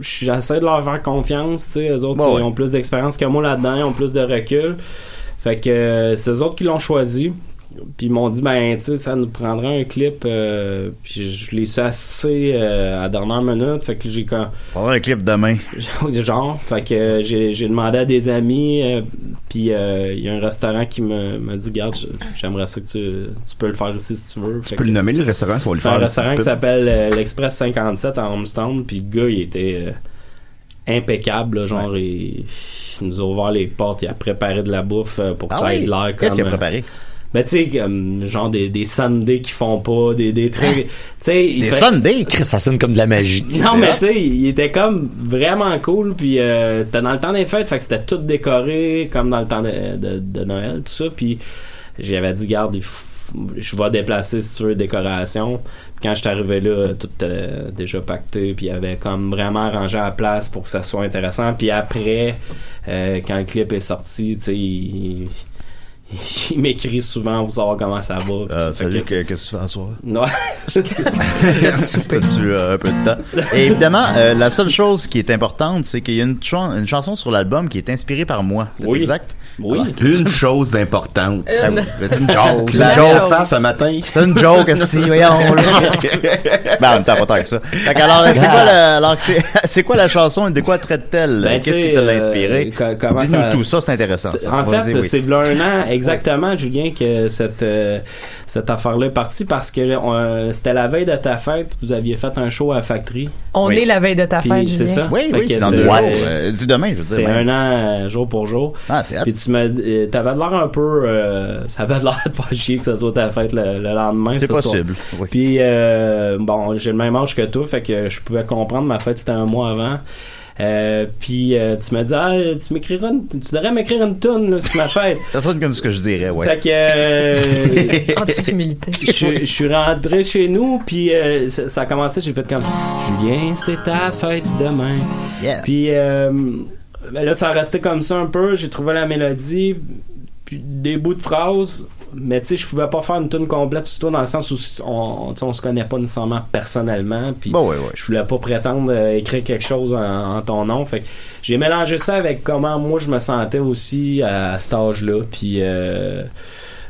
[SPEAKER 6] j'essaie de leur faire confiance, tu sais, eux autres
[SPEAKER 9] Bon,
[SPEAKER 6] ils
[SPEAKER 9] ouais.
[SPEAKER 6] ont plus d'expérience que moi là-dedans, ils ont plus de recul. Fait que euh, c'est eux autres qui l'ont choisi. Puis ils m'ont dit ben tu sais ça nous prendra un clip euh, puis je l'ai su assez euh, à la dernière minute fait que j'ai quand
[SPEAKER 9] Prendra un clip demain.
[SPEAKER 6] genre fait que euh, j'ai j'ai demandé à des amis euh, puis euh, il y a un restaurant qui me m'a dit garde j'aimerais ça que tu, tu peux le faire ici si tu veux
[SPEAKER 15] Tu peux le nommer le restaurant, ça va le
[SPEAKER 6] c'est
[SPEAKER 15] faire.
[SPEAKER 6] un restaurant qui
[SPEAKER 15] Pip.
[SPEAKER 6] s'appelle euh, l'Express 57 à Homestown, puis le gars, il était euh, impeccable, là, genre, il, il nous a ouvert les portes, il a préparé de la bouffe euh, pour que
[SPEAKER 9] Ah
[SPEAKER 6] ça ait
[SPEAKER 9] oui?
[SPEAKER 6] de l'air comme...
[SPEAKER 9] Qu'est-ce qu'il a
[SPEAKER 6] euh,
[SPEAKER 9] préparé?
[SPEAKER 6] ben, tu sais, comme, genre des, des sundaes qui font pas, des, des trucs...
[SPEAKER 9] Ah.
[SPEAKER 6] tu sais, il
[SPEAKER 11] Des
[SPEAKER 6] fait-
[SPEAKER 9] Sunday!
[SPEAKER 11] Chris, ça sonne comme de la magie.
[SPEAKER 6] non, mais tu sais, il était comme vraiment cool, puis euh, c'était dans le temps des fêtes, fait que c'était tout décoré, comme dans le temps de, de- de Noël, tout ça, puis j'avais dit, garde, il faut- je vais déplacer, si tu veux, décoration. Puis quand je suis arrivé là, tout était déjà pacté, puis il avait comme vraiment arrangé à la place pour que ça soit intéressant, puis après, euh, quand le clip est sorti, tu sais, il... il m'écrit souvent pour savoir comment ça va. puis
[SPEAKER 9] Euh,
[SPEAKER 6] ça fait
[SPEAKER 9] salut,
[SPEAKER 6] que-
[SPEAKER 9] que- qu'est-ce que tu fais à soir?
[SPEAKER 6] Ouais.
[SPEAKER 9] As-tu euh, un peu de temps? Et évidemment, euh, la seule chose qui est importante, c'est qu'il y a une, chan- une chanson sur l'album qui est inspirée par moi. C'est
[SPEAKER 15] Oui.
[SPEAKER 9] exact?
[SPEAKER 6] Oui.
[SPEAKER 15] Une chose importante.
[SPEAKER 9] Une. Ah oui, mais c'est une joke.
[SPEAKER 15] La
[SPEAKER 9] La
[SPEAKER 15] joke
[SPEAKER 9] joke. hein,
[SPEAKER 15] face ce matin.
[SPEAKER 9] C'est une joke, si, voyons. là. ben, en même temps, pas tant que ça. Fait que alors, c'est quoi, la, alors que c'est- c'est quoi la chanson et de quoi traite-t-elle?
[SPEAKER 6] Ah. Ben,
[SPEAKER 9] Qu'est-ce
[SPEAKER 6] tu
[SPEAKER 9] qui
[SPEAKER 6] sais,
[SPEAKER 9] te l'a
[SPEAKER 6] euh,
[SPEAKER 9] inspiré?
[SPEAKER 6] co- comment
[SPEAKER 9] Dis-nous tout ça, c'est intéressant.
[SPEAKER 6] c'est-
[SPEAKER 9] ça.
[SPEAKER 6] En
[SPEAKER 9] Vas-y,
[SPEAKER 6] fait,
[SPEAKER 9] oui.
[SPEAKER 6] c'est v'là un an exactement, Julien, que cette, euh, cette affaire-là est partie parce que euh, c'était la veille de ta fête, vous aviez fait un show à Factory.
[SPEAKER 12] On est la veille de ta
[SPEAKER 6] Puis
[SPEAKER 12] fête, Julien.
[SPEAKER 6] C'est ça?
[SPEAKER 9] Oui,
[SPEAKER 6] Fait
[SPEAKER 9] oui,
[SPEAKER 6] que
[SPEAKER 9] c'est dans deux
[SPEAKER 6] euh,
[SPEAKER 9] jours. Euh, dis demain, je veux dire,
[SPEAKER 6] C'est un
[SPEAKER 9] même.
[SPEAKER 6] an, euh, jour pour jour.
[SPEAKER 9] Ah, c'est hâte.
[SPEAKER 6] Puis tu m'as, euh, t'avais l'air un peu, euh, ça avait l'air de faire chier que ça soit ta fête le, le lendemain.
[SPEAKER 9] C'est
[SPEAKER 6] ce soir.
[SPEAKER 9] possible,
[SPEAKER 6] Puis euh, bon, j'ai le même âge que toi, fait que je pouvais comprendre. Ma fête c'était un mois avant. Euh, puis euh, tu m'as dit, ah, tu m'écriras, une- tu devrais m'écrire une tune là, sur ma fête.
[SPEAKER 9] Ça sonne comme ce que je dirais, ouais.
[SPEAKER 6] Fait que euh,
[SPEAKER 12] En toute humilité.
[SPEAKER 6] je, je suis rentré chez nous, puis euh, ça, ça a commencé, j'ai fait comme Julien, c'est ta fête demain.
[SPEAKER 9] Yeah.
[SPEAKER 6] Puis euh, ben là, ça restait comme ça un peu. J'ai trouvé la mélodie, puis des bouts de phrases, mais tu sais, je pouvais pas faire une tune complète, surtout dans le sens où on, tu sais, on se connaît pas nécessairement personnellement, puis je voulais pas prétendre euh, écrire quelque chose en, en ton nom. Fait que j'ai mélangé ça avec comment moi je me sentais aussi à, à cet âge-là, puis. euh,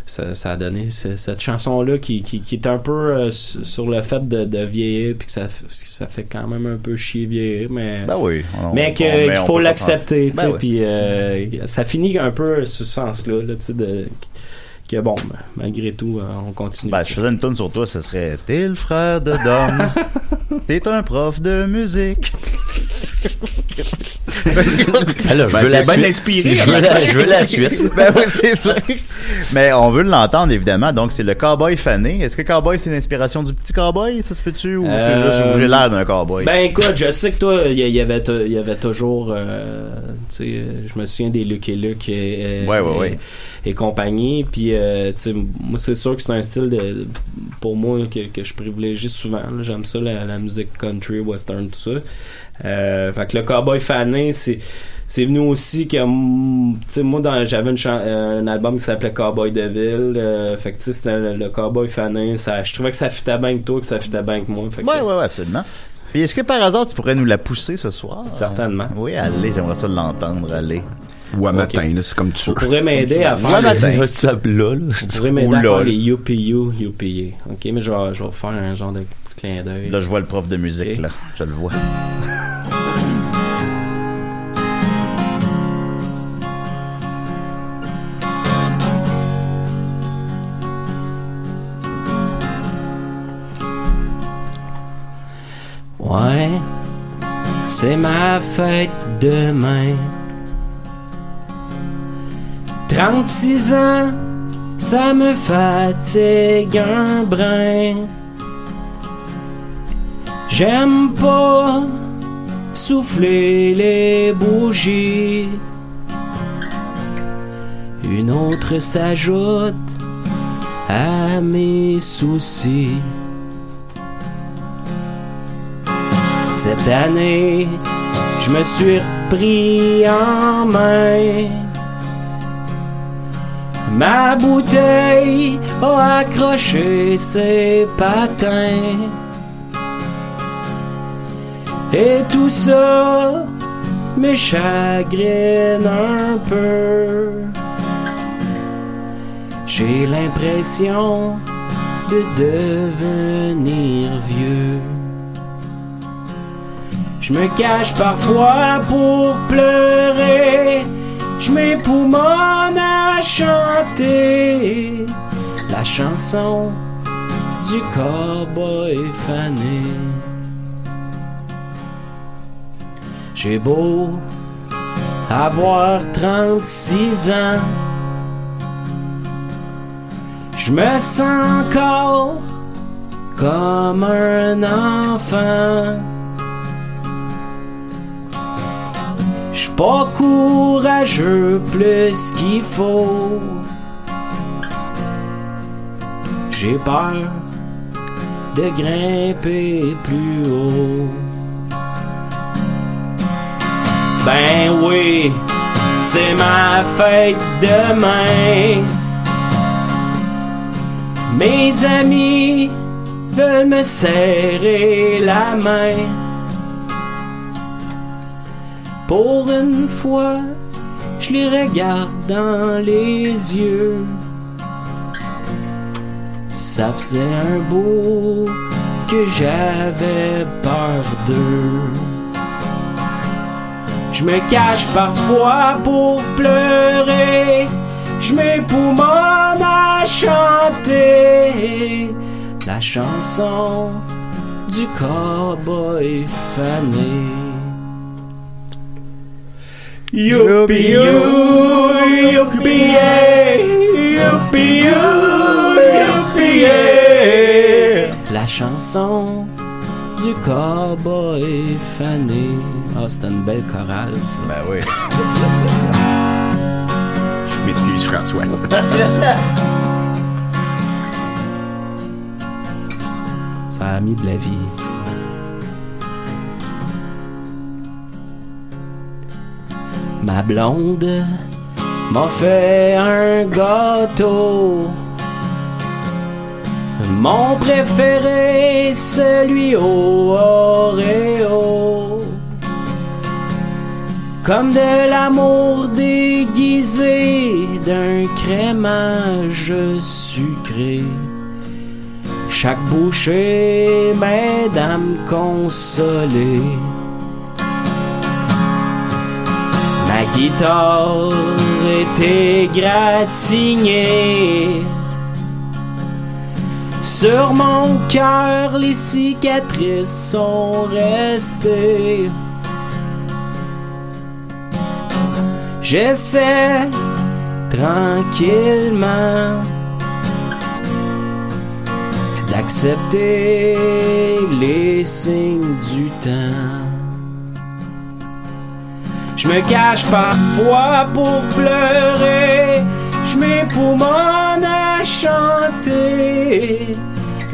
[SPEAKER 6] ça, ça a donné ce- cette chanson là qui, qui, qui est un peu euh, su- sur le fait de, de vieillir puis que ça, f- ça fait quand même un peu chier vieillir mais
[SPEAKER 9] Ben oui, on-
[SPEAKER 6] mais que-
[SPEAKER 9] on- mais
[SPEAKER 6] qu'il
[SPEAKER 9] on
[SPEAKER 6] faut
[SPEAKER 9] peut pas
[SPEAKER 6] l'accepter tu
[SPEAKER 9] s'en-
[SPEAKER 6] sais,
[SPEAKER 9] Ben oui.
[SPEAKER 6] puis euh, ça finit un peu ce sens là, tu sais de que bon malgré tout euh, on continue
[SPEAKER 9] Ben, je faisais une tune sur toi, ce serait T'es le frère de Dom. T'es un prof de musique.
[SPEAKER 11] Alors, je
[SPEAKER 9] Ben,
[SPEAKER 11] veux la
[SPEAKER 9] t'es bien
[SPEAKER 11] suite.
[SPEAKER 9] inspiré, hein.
[SPEAKER 11] Je veux la- je veux la suite.
[SPEAKER 9] ben oui, c'est ça. Mais on veut l'entendre, évidemment. Donc, c'est le cowboy fané. Est-ce que cowboy, c'est une inspiration du petit cowboy? Ça se peut-tu? Ou c'est juste
[SPEAKER 6] Euh,
[SPEAKER 9] j'ai l'air d'un cowboy?
[SPEAKER 6] Ben écoute, je sais que toi, il y, y avait, t- il y avait toujours, euh, tu sais, euh, je me souviens des Lucky Luke et, et-
[SPEAKER 9] Ouais, ouais,
[SPEAKER 6] et-
[SPEAKER 9] ouais.
[SPEAKER 6] et compagnie. Puis, euh, tu sais, moi c'est sûr que c'est un style de, pour moi que, que je privilégie souvent. là. J'aime ça la, la musique country, western, tout ça. Euh, fait que le cowboy fané, c'est c'est venu aussi que mm, tu sais moi dans j'avais une chan- euh, un album qui s'appelait Cowboy Devil euh, fait que tu sais c'était le, le cowboy fané ça je trouvais que ça fitait bien que toi que ça fitait bien que moi fait que-
[SPEAKER 9] Ouais, ouais, ouais, absolument. Puis est-ce que par hasard, tu pourrais nous la pousser ce soir? Certainement. Oui, allez, j'aimerais ça l'entendre, allez.
[SPEAKER 10] Ou à matin, là, c'est comme tu veux.
[SPEAKER 6] Vous pourrez m'aider à faire
[SPEAKER 9] Ouais,
[SPEAKER 6] les-
[SPEAKER 9] matin.
[SPEAKER 6] Vous pourrez
[SPEAKER 9] Oh,
[SPEAKER 6] m'aider à faire les UPU, UPA. OK, mais je vais, je vais faire un genre de petit clin d'œil.
[SPEAKER 9] Là, je vois le prof de musique, là. Je le vois.
[SPEAKER 8] Ouais, c'est ma fête demain. 36 ans, ça me fatigue un brin. J'aime pas souffler les bougies. Une autre s'ajoute à mes soucis. Cette année, je me suis repris en main. Ma bouteille a accroché ses patins. Et tout ça me chagrine un peu. J'ai l'impression de devenir vieux. Je me cache parfois pour pleurer. Je m'époumonne à chanter la chanson du cowboy fané. J'ai beau avoir 36 ans. Je me sens encore comme un enfant. J'suis pas courageux plus qu'il faut. J'ai peur de grimper plus haut. Ben oui, c'est ma fête demain. Mes amis veulent me serrer la main. Pour une fois, je les regarde dans les yeux. Ça faisait un bout que j'avais peur d'eux. Je me cache parfois pour pleurer. Je m'époumonne à chanter la chanson du cowboy fané. Youpi you, youpi yeah, youpi you, youpi yeah. La chanson du cowboy fané. Ah, c'est une belle chorale, ça.
[SPEAKER 9] Ben oui.
[SPEAKER 10] Je m'excuse, François.
[SPEAKER 6] ça a mis de la vie. Ma blonde m'a fait un gâteau. Mon préféré, celui au Oreo. Comme de l'amour déguisé d'un crémage sucré. Chaque bouchée m'aide à me consoler. Ma guitare était gratignée. Sur mon cœur, les cicatrices sont restées.
[SPEAKER 8] J'essaie tranquillement d'accepter les signes du temps. Je me cache parfois pour pleurer, je m'époumonne à chanter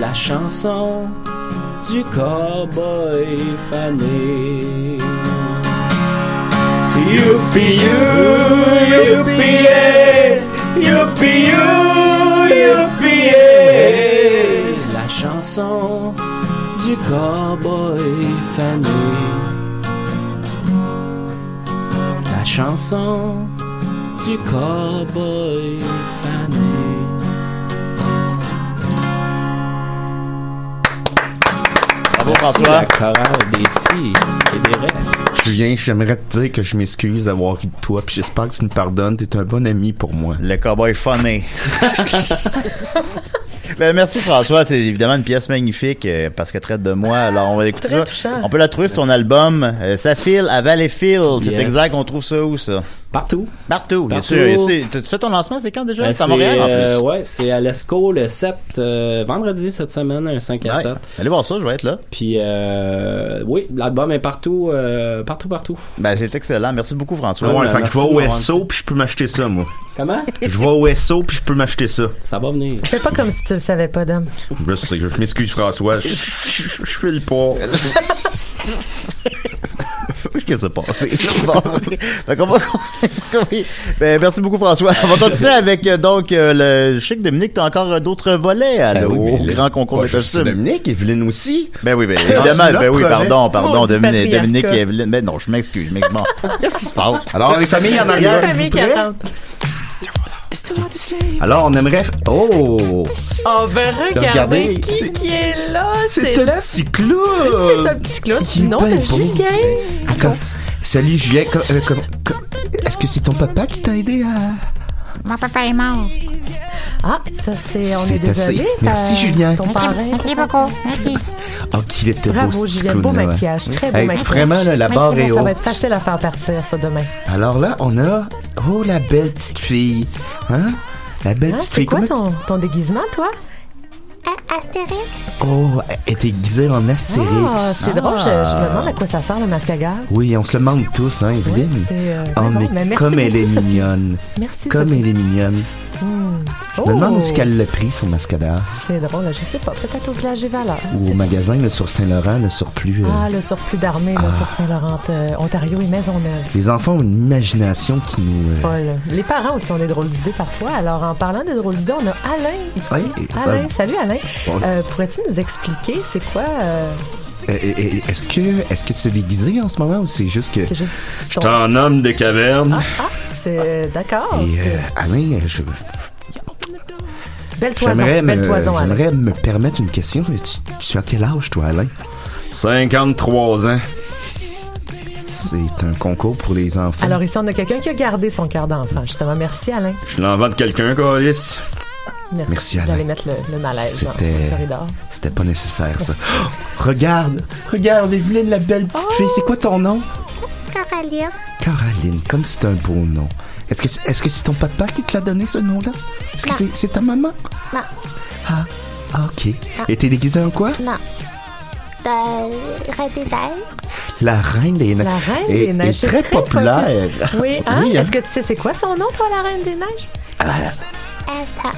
[SPEAKER 8] la chanson du cowboy fané. Youpi you, youpi yeah, youpi you, youpi yeah. La chanson du cowboy fané. La chanson du cowboy fané.
[SPEAKER 9] Bravo,
[SPEAKER 8] Merci
[SPEAKER 9] François.
[SPEAKER 8] la chorale des si et des rêves.
[SPEAKER 10] Julien, j'aimerais te dire que je m'excuse d'avoir ri de toi, puis j'espère que tu me pardonnes. T'es un bon ami pour moi.
[SPEAKER 9] Le cowboy funny. Ben, merci François, c'est évidemment une pièce magnifique euh, parce que traite de moi. Alors on va écouter
[SPEAKER 8] Très
[SPEAKER 9] ça.
[SPEAKER 8] touchant.
[SPEAKER 9] On peut la trouver sur ton album. Euh, ça file à Valleyfield. C'est
[SPEAKER 8] Yes.
[SPEAKER 9] exact. On trouve ça où ça
[SPEAKER 8] Partout.
[SPEAKER 9] Partout. Bien
[SPEAKER 8] Partout.
[SPEAKER 9] sûr. Et c'est- T'as-tu fait ton lancement C'est quand déjà
[SPEAKER 8] Ben,
[SPEAKER 9] C'est à Montréal en plus.
[SPEAKER 8] euh, ouais, c'est à l'ESCO le 7, euh, vendredi cette semaine, un 5 à
[SPEAKER 9] Ouais.
[SPEAKER 8] 7.
[SPEAKER 9] Allez voir ça, je vais être là.
[SPEAKER 8] Puis, euh, oui, l'album est partout, euh, partout, partout.
[SPEAKER 9] Ben, c'est excellent. Merci beaucoup, François.
[SPEAKER 10] Ouais,
[SPEAKER 8] Ouais,
[SPEAKER 10] fait que je
[SPEAKER 8] merci
[SPEAKER 10] vais au
[SPEAKER 8] d'avoir-
[SPEAKER 10] SO, puis je peux m'acheter ça, moi.
[SPEAKER 8] Comment?
[SPEAKER 10] Je vais au SO, puis je peux m'acheter ça.
[SPEAKER 8] Ça va venir.
[SPEAKER 13] Fais pas comme si tu le savais pas, Dom.
[SPEAKER 10] Je sais, je m'excuse, François. Je, je, je- je file pas.
[SPEAKER 9] Qu'est-ce qui s'est passé? Bon. Fait qu'on va- Oui. Ben, merci beaucoup, François. On va continuer avec euh, donc euh, le chic Dominique. T'as encore euh, d'autres volets à,
[SPEAKER 10] Ah oui,
[SPEAKER 9] au
[SPEAKER 10] mais là,
[SPEAKER 9] grand concours
[SPEAKER 10] pas
[SPEAKER 9] de
[SPEAKER 10] juste
[SPEAKER 9] costumes.
[SPEAKER 10] Dominique, Evelyne aussi.
[SPEAKER 9] Ben oui, ben,
[SPEAKER 10] C'est
[SPEAKER 9] évidemment.
[SPEAKER 10] rendu là,
[SPEAKER 9] Ben oui,
[SPEAKER 10] le projet.
[SPEAKER 9] pardon, pardon,
[SPEAKER 10] Maudit
[SPEAKER 9] Dominique,
[SPEAKER 10] patriarcat.
[SPEAKER 9] Dominique et Evelyne. Ben non, je m'excuse. Mais bon, qu'est-ce qui se passe?
[SPEAKER 10] Alors, les familles en arrière,
[SPEAKER 13] La famille
[SPEAKER 10] vous prêts?
[SPEAKER 13] qui attend.
[SPEAKER 10] Alors, on aimerait. Oh!
[SPEAKER 13] On veut
[SPEAKER 10] De regarder.
[SPEAKER 13] regarder qui, qui est là. C'est
[SPEAKER 10] un
[SPEAKER 13] le
[SPEAKER 10] petit clown.
[SPEAKER 13] C'est un petit clown du
[SPEAKER 10] est
[SPEAKER 13] nom
[SPEAKER 10] bien
[SPEAKER 13] de
[SPEAKER 10] beau.
[SPEAKER 13] Julien.
[SPEAKER 10] Ah, comme- Salut, Julien. comme- euh, comme- comme- Est-ce que c'est ton papa qui t'a aidé à.
[SPEAKER 11] Mon papa est mort.
[SPEAKER 13] Ah, ça c'est. On est,
[SPEAKER 10] C'est assez.
[SPEAKER 13] désolé.
[SPEAKER 10] Merci,
[SPEAKER 13] euh,
[SPEAKER 10] Julien.
[SPEAKER 13] Ton parrain.
[SPEAKER 11] Merci beaucoup. Merci.
[SPEAKER 10] Oh, qu'il était
[SPEAKER 13] Bravo,
[SPEAKER 10] beau, ce petit
[SPEAKER 13] Julien. Beau
[SPEAKER 10] clown-là, ouais.
[SPEAKER 13] maquillage. Très beau
[SPEAKER 10] Hey,
[SPEAKER 13] maquillage.
[SPEAKER 10] Vraiment, là, la
[SPEAKER 13] Mais
[SPEAKER 10] barre
[SPEAKER 13] vraiment,
[SPEAKER 10] est
[SPEAKER 13] Ça va
[SPEAKER 10] haute.
[SPEAKER 13] être facile à faire partir, ça, demain.
[SPEAKER 10] Alors là, on a. Oh, la belle petite fille. Hein? La belle
[SPEAKER 13] Hein,
[SPEAKER 10] petite
[SPEAKER 13] c'est
[SPEAKER 10] fille.
[SPEAKER 13] quoi
[SPEAKER 10] Comment
[SPEAKER 13] ton, ton déguisement, toi?
[SPEAKER 11] Astérix.
[SPEAKER 10] tu- Oh, elle était aiguisée en Astérix.
[SPEAKER 13] Ah, c'est drôle. Je, je
[SPEAKER 10] Ah.
[SPEAKER 13] me demande à quoi ça sert, le masque à gaz.
[SPEAKER 10] Oui, on se le demande tous, hein, Evelyne.
[SPEAKER 13] c'est, euh,
[SPEAKER 10] oh,
[SPEAKER 13] mais bon,
[SPEAKER 10] mais,
[SPEAKER 13] mais merci
[SPEAKER 10] comme elle
[SPEAKER 13] beaucoup,
[SPEAKER 10] est
[SPEAKER 13] Sophie.
[SPEAKER 10] mignonne.
[SPEAKER 13] Merci,
[SPEAKER 10] Comme
[SPEAKER 13] Sophie.
[SPEAKER 10] elle est mignonne.
[SPEAKER 13] Hmm.
[SPEAKER 10] Je me demande
[SPEAKER 13] Oh!
[SPEAKER 10] où est-ce qu'elle l'a pris, son mascada.
[SPEAKER 13] C'est drôle, je sais pas. Peut-être au village des valeurs.
[SPEAKER 10] Ou au magasin, là, sur Saint-Laurent, le surplus. euh.
[SPEAKER 13] Ah, le surplus d'armée, là,
[SPEAKER 10] Ah.
[SPEAKER 13] sur Saint-Laurent, euh, Ontario et Maisonneuve.
[SPEAKER 10] Les enfants ont une imagination qui nous. euh,
[SPEAKER 13] Folle. Les parents aussi ont des drôles d'idées parfois. Alors, en parlant de drôles d'idées, on a Alain ici.
[SPEAKER 10] Oui, et-
[SPEAKER 13] Alain,
[SPEAKER 10] ben-
[SPEAKER 13] salut Alain.
[SPEAKER 10] Bon.
[SPEAKER 13] Euh, Pourrais-tu nous expliquer c'est quoi euh,
[SPEAKER 10] Euh, euh, euh, Est-ce que, est-ce que tu t'es déguisé en ce moment ou c'est juste que.
[SPEAKER 13] C'est juste
[SPEAKER 10] Euh, Je suis un homme de caverne.
[SPEAKER 13] Ah, c'est d'accord.
[SPEAKER 10] Et euh, Alain, je-
[SPEAKER 13] c'est- Belle toison,
[SPEAKER 10] j'aimerais me,
[SPEAKER 13] belle toison, Alain.
[SPEAKER 10] j'aimerais me permettre une question. Tu, tu as quel âge, toi, Alain 53 ans. C'est un concours pour les enfants.
[SPEAKER 13] Alors ici, on a quelqu'un qui a gardé son cœur d'enfant, justement. Merci, Alain.
[SPEAKER 10] Je l'invente quelqu'un, Coris.
[SPEAKER 13] Merci.
[SPEAKER 10] Merci, Alain.
[SPEAKER 13] J'allais mettre le, le malaise dans le
[SPEAKER 10] C'était-
[SPEAKER 13] corridor.
[SPEAKER 10] C'était pas nécessaire, ça. Oh, regarde, regarde, Evelyne, la belle petite fille. C'est quoi ton nom
[SPEAKER 11] Coraline.
[SPEAKER 10] Caroline, comme c'est un beau nom. Est-ce que c'est est-ce que c'est ton papa qui te l'a donné ce nom-là Est-ce que c'est c'est ta maman
[SPEAKER 11] Non.
[SPEAKER 10] Ah, ah, ok. Et t'es déguisée en quoi
[SPEAKER 11] Non. De Redidel.
[SPEAKER 10] La reine des neiges.
[SPEAKER 13] La Reine
[SPEAKER 10] est,
[SPEAKER 13] des Neiges.
[SPEAKER 10] est
[SPEAKER 13] c'est
[SPEAKER 10] très, populaire.
[SPEAKER 13] Oui, hein?
[SPEAKER 10] Oui, hein? Ah,
[SPEAKER 13] Est-ce que tu sais c'est quoi son nom, toi, la Reine des Neiges?
[SPEAKER 11] Elsa.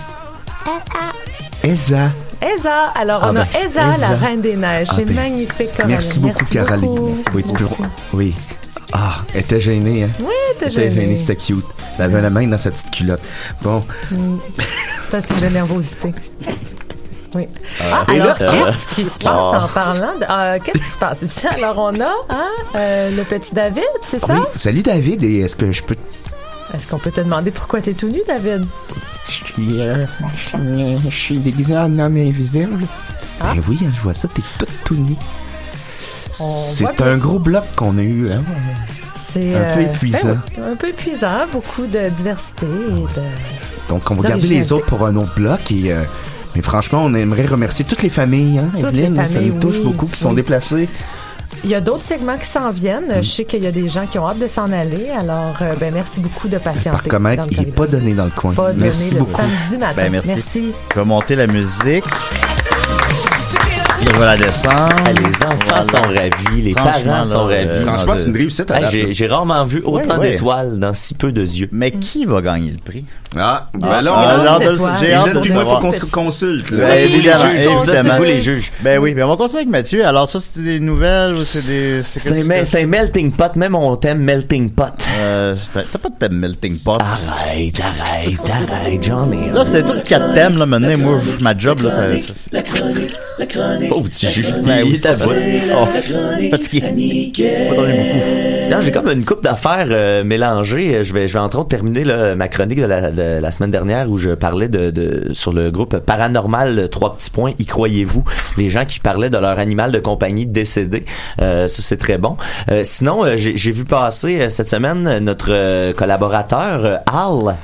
[SPEAKER 11] Elsa.
[SPEAKER 10] Elsa.
[SPEAKER 13] Eza. Alors,
[SPEAKER 10] Ah
[SPEAKER 13] on
[SPEAKER 10] ben,
[SPEAKER 13] a Eza,
[SPEAKER 10] Elsa.
[SPEAKER 13] la Reine des Neiges.
[SPEAKER 10] Ah
[SPEAKER 13] c'est
[SPEAKER 10] ben,
[SPEAKER 13] magnifique, Caroline.
[SPEAKER 10] Merci beaucoup, Caroline.
[SPEAKER 13] beaucoup.
[SPEAKER 10] Oui, tu peux. Oui. Ah, elle était gênée, hein
[SPEAKER 13] Oui, t'es
[SPEAKER 10] Elle était
[SPEAKER 13] gênée.
[SPEAKER 10] gênée, c'était cute. Elle avait la main dans sa petite culotte. Bon. euh,
[SPEAKER 13] Hmm. T'as un signe de nervosité. Oui.
[SPEAKER 10] Ah.
[SPEAKER 13] Ah,
[SPEAKER 10] Et
[SPEAKER 13] alors,
[SPEAKER 11] hein?
[SPEAKER 10] là-
[SPEAKER 13] qu'est-ce qui se passe
[SPEAKER 10] Ah.
[SPEAKER 13] en parlant de. euh, qu'est-ce qui se passe ici? Alors, on a hein, euh, le petit David, c'est ça?
[SPEAKER 10] Oui, salut David, et est-ce que je peux.
[SPEAKER 13] Est-ce qu'on peut te demander pourquoi t'es tout nu, David?
[SPEAKER 16] Je suis, euh, je suis, euh, je suis déguisé en homme invisible.
[SPEAKER 13] Ah.
[SPEAKER 10] Ben oui, hein, je vois ça, t'es tout tout nu.
[SPEAKER 13] voit
[SPEAKER 10] C'est
[SPEAKER 13] bien.
[SPEAKER 10] un gros bloc qu'on a eu, hein?
[SPEAKER 13] C'est.
[SPEAKER 10] Un peu
[SPEAKER 13] ben
[SPEAKER 10] épuisant. Ah
[SPEAKER 13] oui, un peu épuisant, beaucoup de diversité et de.
[SPEAKER 10] Donc, on va
[SPEAKER 13] Non,
[SPEAKER 10] garder
[SPEAKER 13] j'ai
[SPEAKER 10] les
[SPEAKER 13] un
[SPEAKER 10] autres pour un autre bloc. Et, euh, mais franchement, on aimerait remercier toutes les familles. Hein,
[SPEAKER 13] Toutes
[SPEAKER 10] Evelyne,
[SPEAKER 13] les
[SPEAKER 10] ça nous
[SPEAKER 13] familles,
[SPEAKER 10] touche
[SPEAKER 13] oui,
[SPEAKER 10] beaucoup, qui sont
[SPEAKER 13] oui.
[SPEAKER 10] déplacées.
[SPEAKER 12] Il y a d'autres segments qui s'en viennent.
[SPEAKER 10] Mm.
[SPEAKER 12] Je sais qu'il y a des gens qui ont hâte de s'en aller. Alors, euh, ben, merci beaucoup de patienter.
[SPEAKER 10] Par comète,
[SPEAKER 12] dans le
[SPEAKER 10] il n'est
[SPEAKER 12] corridor.
[SPEAKER 10] pas donné dans le coin.
[SPEAKER 12] Pas donné
[SPEAKER 10] Merci
[SPEAKER 12] le
[SPEAKER 10] beaucoup.
[SPEAKER 12] samedi matin.
[SPEAKER 9] Ben, merci.
[SPEAKER 12] Merci.
[SPEAKER 9] On va monter la musique. Il va la descendre.
[SPEAKER 11] Ah, les enfants sont ravis, les parents sont ravis.
[SPEAKER 9] euh,
[SPEAKER 11] Hey, j'ai- J'ai rarement vu autant d'étoiles. dans si peu de yeux.
[SPEAKER 9] Mais qui va gagner le prix?
[SPEAKER 15] Ah,
[SPEAKER 9] ben là, on- Ah, j'ai hâte de le
[SPEAKER 15] moi pour
[SPEAKER 9] savoir.
[SPEAKER 15] qu'on se consulte. là.
[SPEAKER 9] Ben, évidemment, évidemment.
[SPEAKER 11] juges.
[SPEAKER 9] Ben oui, ben on va continuer avec Mathieu. Alors ça, c'est des nouvelles ou c'est des...
[SPEAKER 11] C'est un, me- c'est un melting pot, même on thème melting pot.
[SPEAKER 9] Euh, T'as pas de thème melting pot.
[SPEAKER 11] Arrête, arrête, arrête, Johnny.
[SPEAKER 9] Là, c'est tout quatre thèmes, là, maintenant. Moi, je- ma job, là, ça...
[SPEAKER 8] La chronique, la chronique.
[SPEAKER 11] Oh, petit jus.
[SPEAKER 9] Ben
[SPEAKER 11] Il
[SPEAKER 9] oui.
[SPEAKER 11] est à bout.
[SPEAKER 9] Oh,
[SPEAKER 11] fatigué. Non, j'ai comme une coupe d'affaires euh, mélangée. Je vais, je vais entre autres terminer là, ma chronique de la, de la semaine dernière où je parlais de, de- sur le groupe Paranormal euh, trois petits points. Y croyez-vous Les gens qui parlaient de leur animal de compagnie décédé. Euh, ça c'est très bon. Euh, sinon, euh, j'ai j'ai vu passer euh, cette semaine euh, notre euh, collaborateur euh, Al.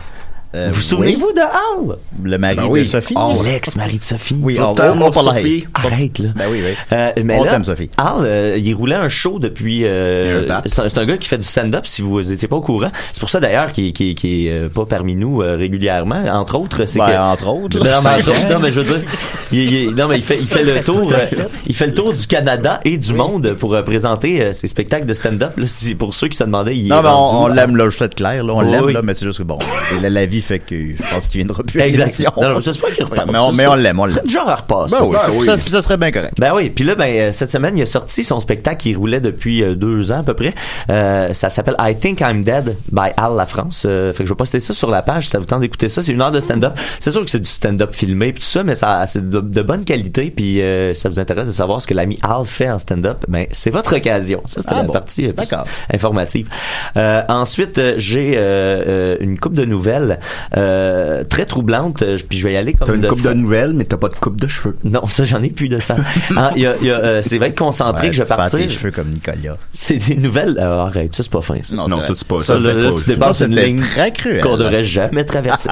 [SPEAKER 11] vous vous souvenez-vous de Al
[SPEAKER 9] Le mari
[SPEAKER 11] Ben oui.
[SPEAKER 9] Ah, de Sophie.
[SPEAKER 11] Oh, l'ex-mari de Sophie.
[SPEAKER 9] Oui,
[SPEAKER 11] Faut
[SPEAKER 9] on,
[SPEAKER 11] t'aimer,
[SPEAKER 9] on, on parle à elle.
[SPEAKER 11] Sophie. Arrête, là.
[SPEAKER 9] Ben oui, oui.
[SPEAKER 11] Euh, mais
[SPEAKER 9] On
[SPEAKER 11] là,
[SPEAKER 9] t'aime, Sophie.
[SPEAKER 11] Al, euh, il roulait un show depuis. euh, c'est un, c'est un gars qui fait du stand-up, si vous n'étiez pas au courant. C'est pour ça d'ailleurs qu'il qu'il- qu'il est euh, pas parmi nous euh, régulièrement. Entre autres, c'est
[SPEAKER 9] Ben,
[SPEAKER 11] que-
[SPEAKER 9] entre autres,
[SPEAKER 11] Non,
[SPEAKER 9] là,
[SPEAKER 11] mais,
[SPEAKER 9] cinq
[SPEAKER 11] entre autres,
[SPEAKER 9] ans.
[SPEAKER 11] non, mais je veux dire, il, il- non, mais il fait, il fait le tour. euh, il fait le tour du Canada et du monde pour euh, présenter euh, ses spectacles de stand-up. là. Si- Pour ceux qui se demandaient, il est
[SPEAKER 9] Non, mais
[SPEAKER 11] rendu
[SPEAKER 9] on, on
[SPEAKER 11] à-
[SPEAKER 9] l'aime, là, je suis clair, là, on
[SPEAKER 11] Oui,
[SPEAKER 9] l'aime,
[SPEAKER 11] oui.
[SPEAKER 9] là, mais c'est juste que bon, la, la vie fait que je pense qu'il viendra plus à
[SPEAKER 11] Exact.
[SPEAKER 9] l'émission.
[SPEAKER 11] Non, non, ça se voit qu'il repart.
[SPEAKER 9] Mais on,
[SPEAKER 11] Ça,
[SPEAKER 9] mais
[SPEAKER 11] ça-
[SPEAKER 9] on l'aime, on
[SPEAKER 11] ça,
[SPEAKER 9] l'aime.
[SPEAKER 11] C'est genre à repasser.
[SPEAKER 9] Ben oui, ça- ça- puis ça serait bien correct.
[SPEAKER 11] Ben oui, puis là, ben, euh, cette semaine, il a sorti son spectacle qui roulait depuis euh, deux ans à peu près. Euh, ça s'appelle I Think I'm Dead by Al La France. Euh, fait que je vais poster ça sur la page, si ça vous tente d'écouter ça. C'est une heure de stand-up. C'est sûr que c'est du stand-up filmé puis tout ça, mais ça c'est de, de bonne qualité. Puis euh, si ça vous intéresse de savoir ce que l'ami Al fait en stand-up, ben c'est votre occasion. Ça, c'était
[SPEAKER 9] Ah
[SPEAKER 11] la
[SPEAKER 9] bon.
[SPEAKER 11] partie euh, plus
[SPEAKER 9] D'accord.
[SPEAKER 11] informative. Euh, ensuite, euh, j'ai euh, euh, une coupe de nouvelles euh, très troublante. Puis je vais y aller comme
[SPEAKER 10] T'as une
[SPEAKER 11] de
[SPEAKER 10] coupe de
[SPEAKER 11] fond.
[SPEAKER 10] nouvelles, mais t'as pas de coupe de cheveux.
[SPEAKER 11] Non, ça, j'en ai plus de ça. Ah, il y a- il y a, euh, c'est va être concentré
[SPEAKER 9] Ouais,
[SPEAKER 11] que je vais
[SPEAKER 9] tu perds tes
[SPEAKER 11] partir.
[SPEAKER 9] cheveux comme Nicolas.
[SPEAKER 11] C'est des nouvelles. ah, arrête, ça c'est pas fin. Ça.
[SPEAKER 9] Non, Non, c'est ça, vrai. c'est pas-
[SPEAKER 11] Ça,
[SPEAKER 9] ça,
[SPEAKER 11] là,
[SPEAKER 9] c'est
[SPEAKER 11] là,
[SPEAKER 9] pas-
[SPEAKER 11] tu dépasses
[SPEAKER 9] ça,
[SPEAKER 11] une
[SPEAKER 9] c'était
[SPEAKER 11] ligne
[SPEAKER 9] très cruel.
[SPEAKER 11] qu'on devrait jamais traverser.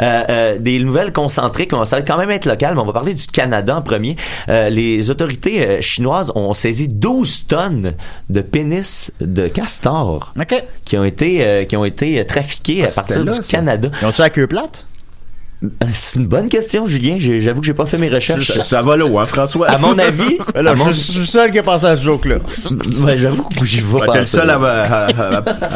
[SPEAKER 11] Euh, euh, des nouvelles concentrées, qu'on- ça va quand même être local, mais on va parler du Canada en premier. Euh, les autorités euh, chinoises ont saisi 12 tonnes de pénis de castor qui ont été euh, qui ont été trafiqués
[SPEAKER 9] Ah,
[SPEAKER 11] à partir
[SPEAKER 9] c'était là,
[SPEAKER 11] du
[SPEAKER 9] ça.
[SPEAKER 11] Canada. Euh,
[SPEAKER 9] Ils ont-tu la queue plate?
[SPEAKER 11] C'est une bonne question, Julien. J'ai- J'avoue que j'ai pas fait mes recherches.
[SPEAKER 9] Ça-
[SPEAKER 11] va l'eau, hein, François. À mon avis,
[SPEAKER 9] Ben là,
[SPEAKER 11] à
[SPEAKER 9] je,
[SPEAKER 11] mon-
[SPEAKER 9] je suis le seul qui a pensé à ce joke-là.
[SPEAKER 11] Ben, j'avoue que j'y vois
[SPEAKER 9] Ben,
[SPEAKER 11] pas.
[SPEAKER 9] t'es le seul à-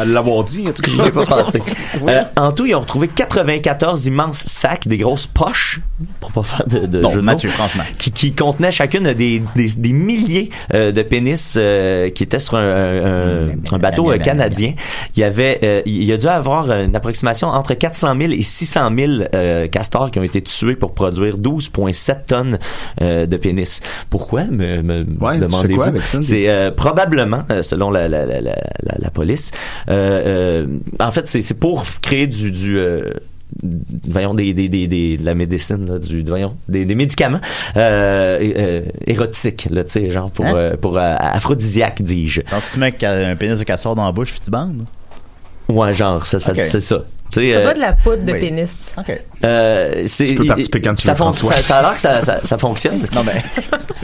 [SPEAKER 11] l'avoir dit, en tout cas. J'y ai pas pensé. Euh, en tout, ils ont retrouvé 94 immenses sacs, des grosses poches, pour pas faire de, de
[SPEAKER 9] Non,
[SPEAKER 11] jeu de
[SPEAKER 9] Mathieu,
[SPEAKER 11] mots,
[SPEAKER 9] franchement.
[SPEAKER 11] Qui, qui contenaient chacune des, des, des milliers euh, de pénis euh, qui étaient sur un, un- un bateau euh, canadien. Il y avait, euh, il y a dû avoir une approximation entre 400 000 et 600 000 euh, castors qui ont été tués pour produire 12,7 tonnes euh, de pénis. Pourquoi, me, me
[SPEAKER 10] tu fais quoi
[SPEAKER 11] demandez-vous?
[SPEAKER 10] avec ça,
[SPEAKER 11] C'est euh, probablement, euh, selon la, la, la, la, la- la police, euh, euh, en fait, c'est c'est pour créer du... du euh, voyons des, des, des, des- de la médecine là, du voyons des, des médicaments euh, euh, érotiques là tu sais genre pour
[SPEAKER 9] Hein?
[SPEAKER 11] euh, pour euh, aphrodisiaque dis-je
[SPEAKER 9] Quand tu te mets un pénis de casseur dans la bouche, puis tu bandes.
[SPEAKER 11] ouais genre ça, ça
[SPEAKER 9] Ok.
[SPEAKER 11] c'est ça tu sais
[SPEAKER 12] Ça doit
[SPEAKER 11] euh,
[SPEAKER 12] de la poudre de
[SPEAKER 11] oui.
[SPEAKER 12] pénis.
[SPEAKER 9] OK.
[SPEAKER 11] Euh, c'est-
[SPEAKER 10] Tu peux
[SPEAKER 11] il-
[SPEAKER 10] participer quand tu
[SPEAKER 11] ça
[SPEAKER 10] veux,
[SPEAKER 11] fon-
[SPEAKER 10] François.
[SPEAKER 11] Ça, ça a l'air que ça, ça, ça fonctionne. Euh,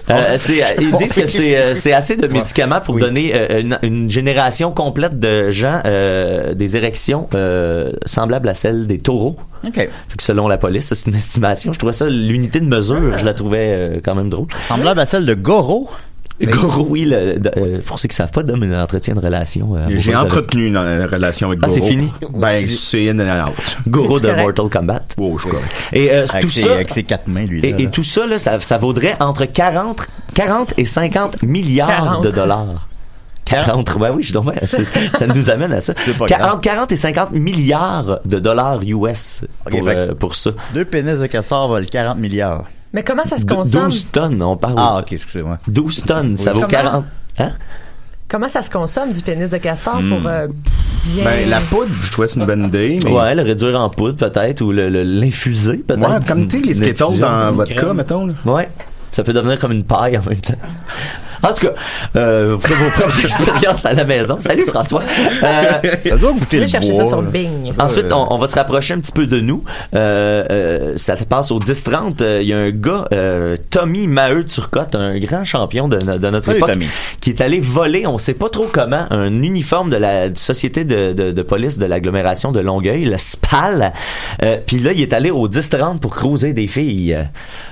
[SPEAKER 9] Ah,
[SPEAKER 11] c'est- ils disent que c'est euh, c'est assez de médicaments pour donner euh, une, une génération complète de gens euh, des érections euh, semblables à celles des taureaux.
[SPEAKER 9] OK.
[SPEAKER 11] Fait que selon la police, ça, c'est une estimation. Je trouvais ça l'unité de mesure, je la trouvais euh, quand même drôle.
[SPEAKER 9] Semblable à celle de Goro. Ben,
[SPEAKER 11] Goro, oui, le- de- euh, pour ceux qui savent pas, Dom il entretient une relation. euh, amoureuse
[SPEAKER 10] J'ai
[SPEAKER 11] avec-
[SPEAKER 10] entretenu une euh, relation avec
[SPEAKER 11] Ah,
[SPEAKER 10] Goro.
[SPEAKER 11] c'est fini?
[SPEAKER 10] Ben, c'est in and out.
[SPEAKER 11] Goro de Mortal Kombat.
[SPEAKER 10] Oh, je suis correct.
[SPEAKER 11] Et euh,
[SPEAKER 10] Avec
[SPEAKER 11] tout
[SPEAKER 10] ses-
[SPEAKER 11] ça,
[SPEAKER 10] avec ses
[SPEAKER 9] quatre mains, lui.
[SPEAKER 11] Et,
[SPEAKER 10] là,
[SPEAKER 11] et
[SPEAKER 10] là.
[SPEAKER 11] tout ça, là, ça, ça vaudrait entre 40, 40 et 50 milliards
[SPEAKER 10] 40.
[SPEAKER 11] de dollars. 40, ben oui, je suis donc bien- c'est- ça nous amène à ça.
[SPEAKER 9] pas
[SPEAKER 11] 40, 40 et 50 milliards de dollars US pour,
[SPEAKER 9] fait que-
[SPEAKER 11] euh, pour ça.
[SPEAKER 9] Deux pénis de casseur valent 40 milliards.
[SPEAKER 12] Mais comment ça se
[SPEAKER 11] Dou-
[SPEAKER 12] consomme?
[SPEAKER 11] 12 tonnes, on parle.
[SPEAKER 9] Ah, ok, excusez-moi.
[SPEAKER 11] 12 tonnes, ça
[SPEAKER 12] Oui.
[SPEAKER 11] vaut
[SPEAKER 12] Comment?
[SPEAKER 11] 40. Hein?
[SPEAKER 12] Comment ça se consomme du pénis de castor
[SPEAKER 11] Hmm.
[SPEAKER 12] pour euh, bien...
[SPEAKER 10] Ben, la poudre, je trouvais que c'est une bonne idée. Mais...
[SPEAKER 11] Ouais, le réduire en poudre peut-être, ou le- le- l'infuser peut-être.
[SPEAKER 10] Ouais, comme, tu sais, les Skittles
[SPEAKER 11] L'infusion.
[SPEAKER 10] dans vodka, mettons, là.
[SPEAKER 11] Ouais, ça peut devenir comme une paille en même temps. En tout cas, euh, vous ferez vos propres expériences à la maison. Salut François. Euh,
[SPEAKER 9] ça doit goûter
[SPEAKER 12] Je vais chercher ça sur Bing.
[SPEAKER 11] Ensuite, on, on va se rapprocher un petit peu de nous. Euh, euh, ça se passe au 10-30. Euh, Il y a un gars, euh, Tommy Maheu Turcotte, un grand champion de, no- de notre
[SPEAKER 9] Salut,
[SPEAKER 11] époque,
[SPEAKER 9] Tommy.
[SPEAKER 11] qui est allé voler, on sait pas trop comment, un uniforme de la société de, de- de police de l'agglomération de Longueuil, le SPAL. Euh, Puis là, il est allé au 10-30 pour croiser des filles. Euh,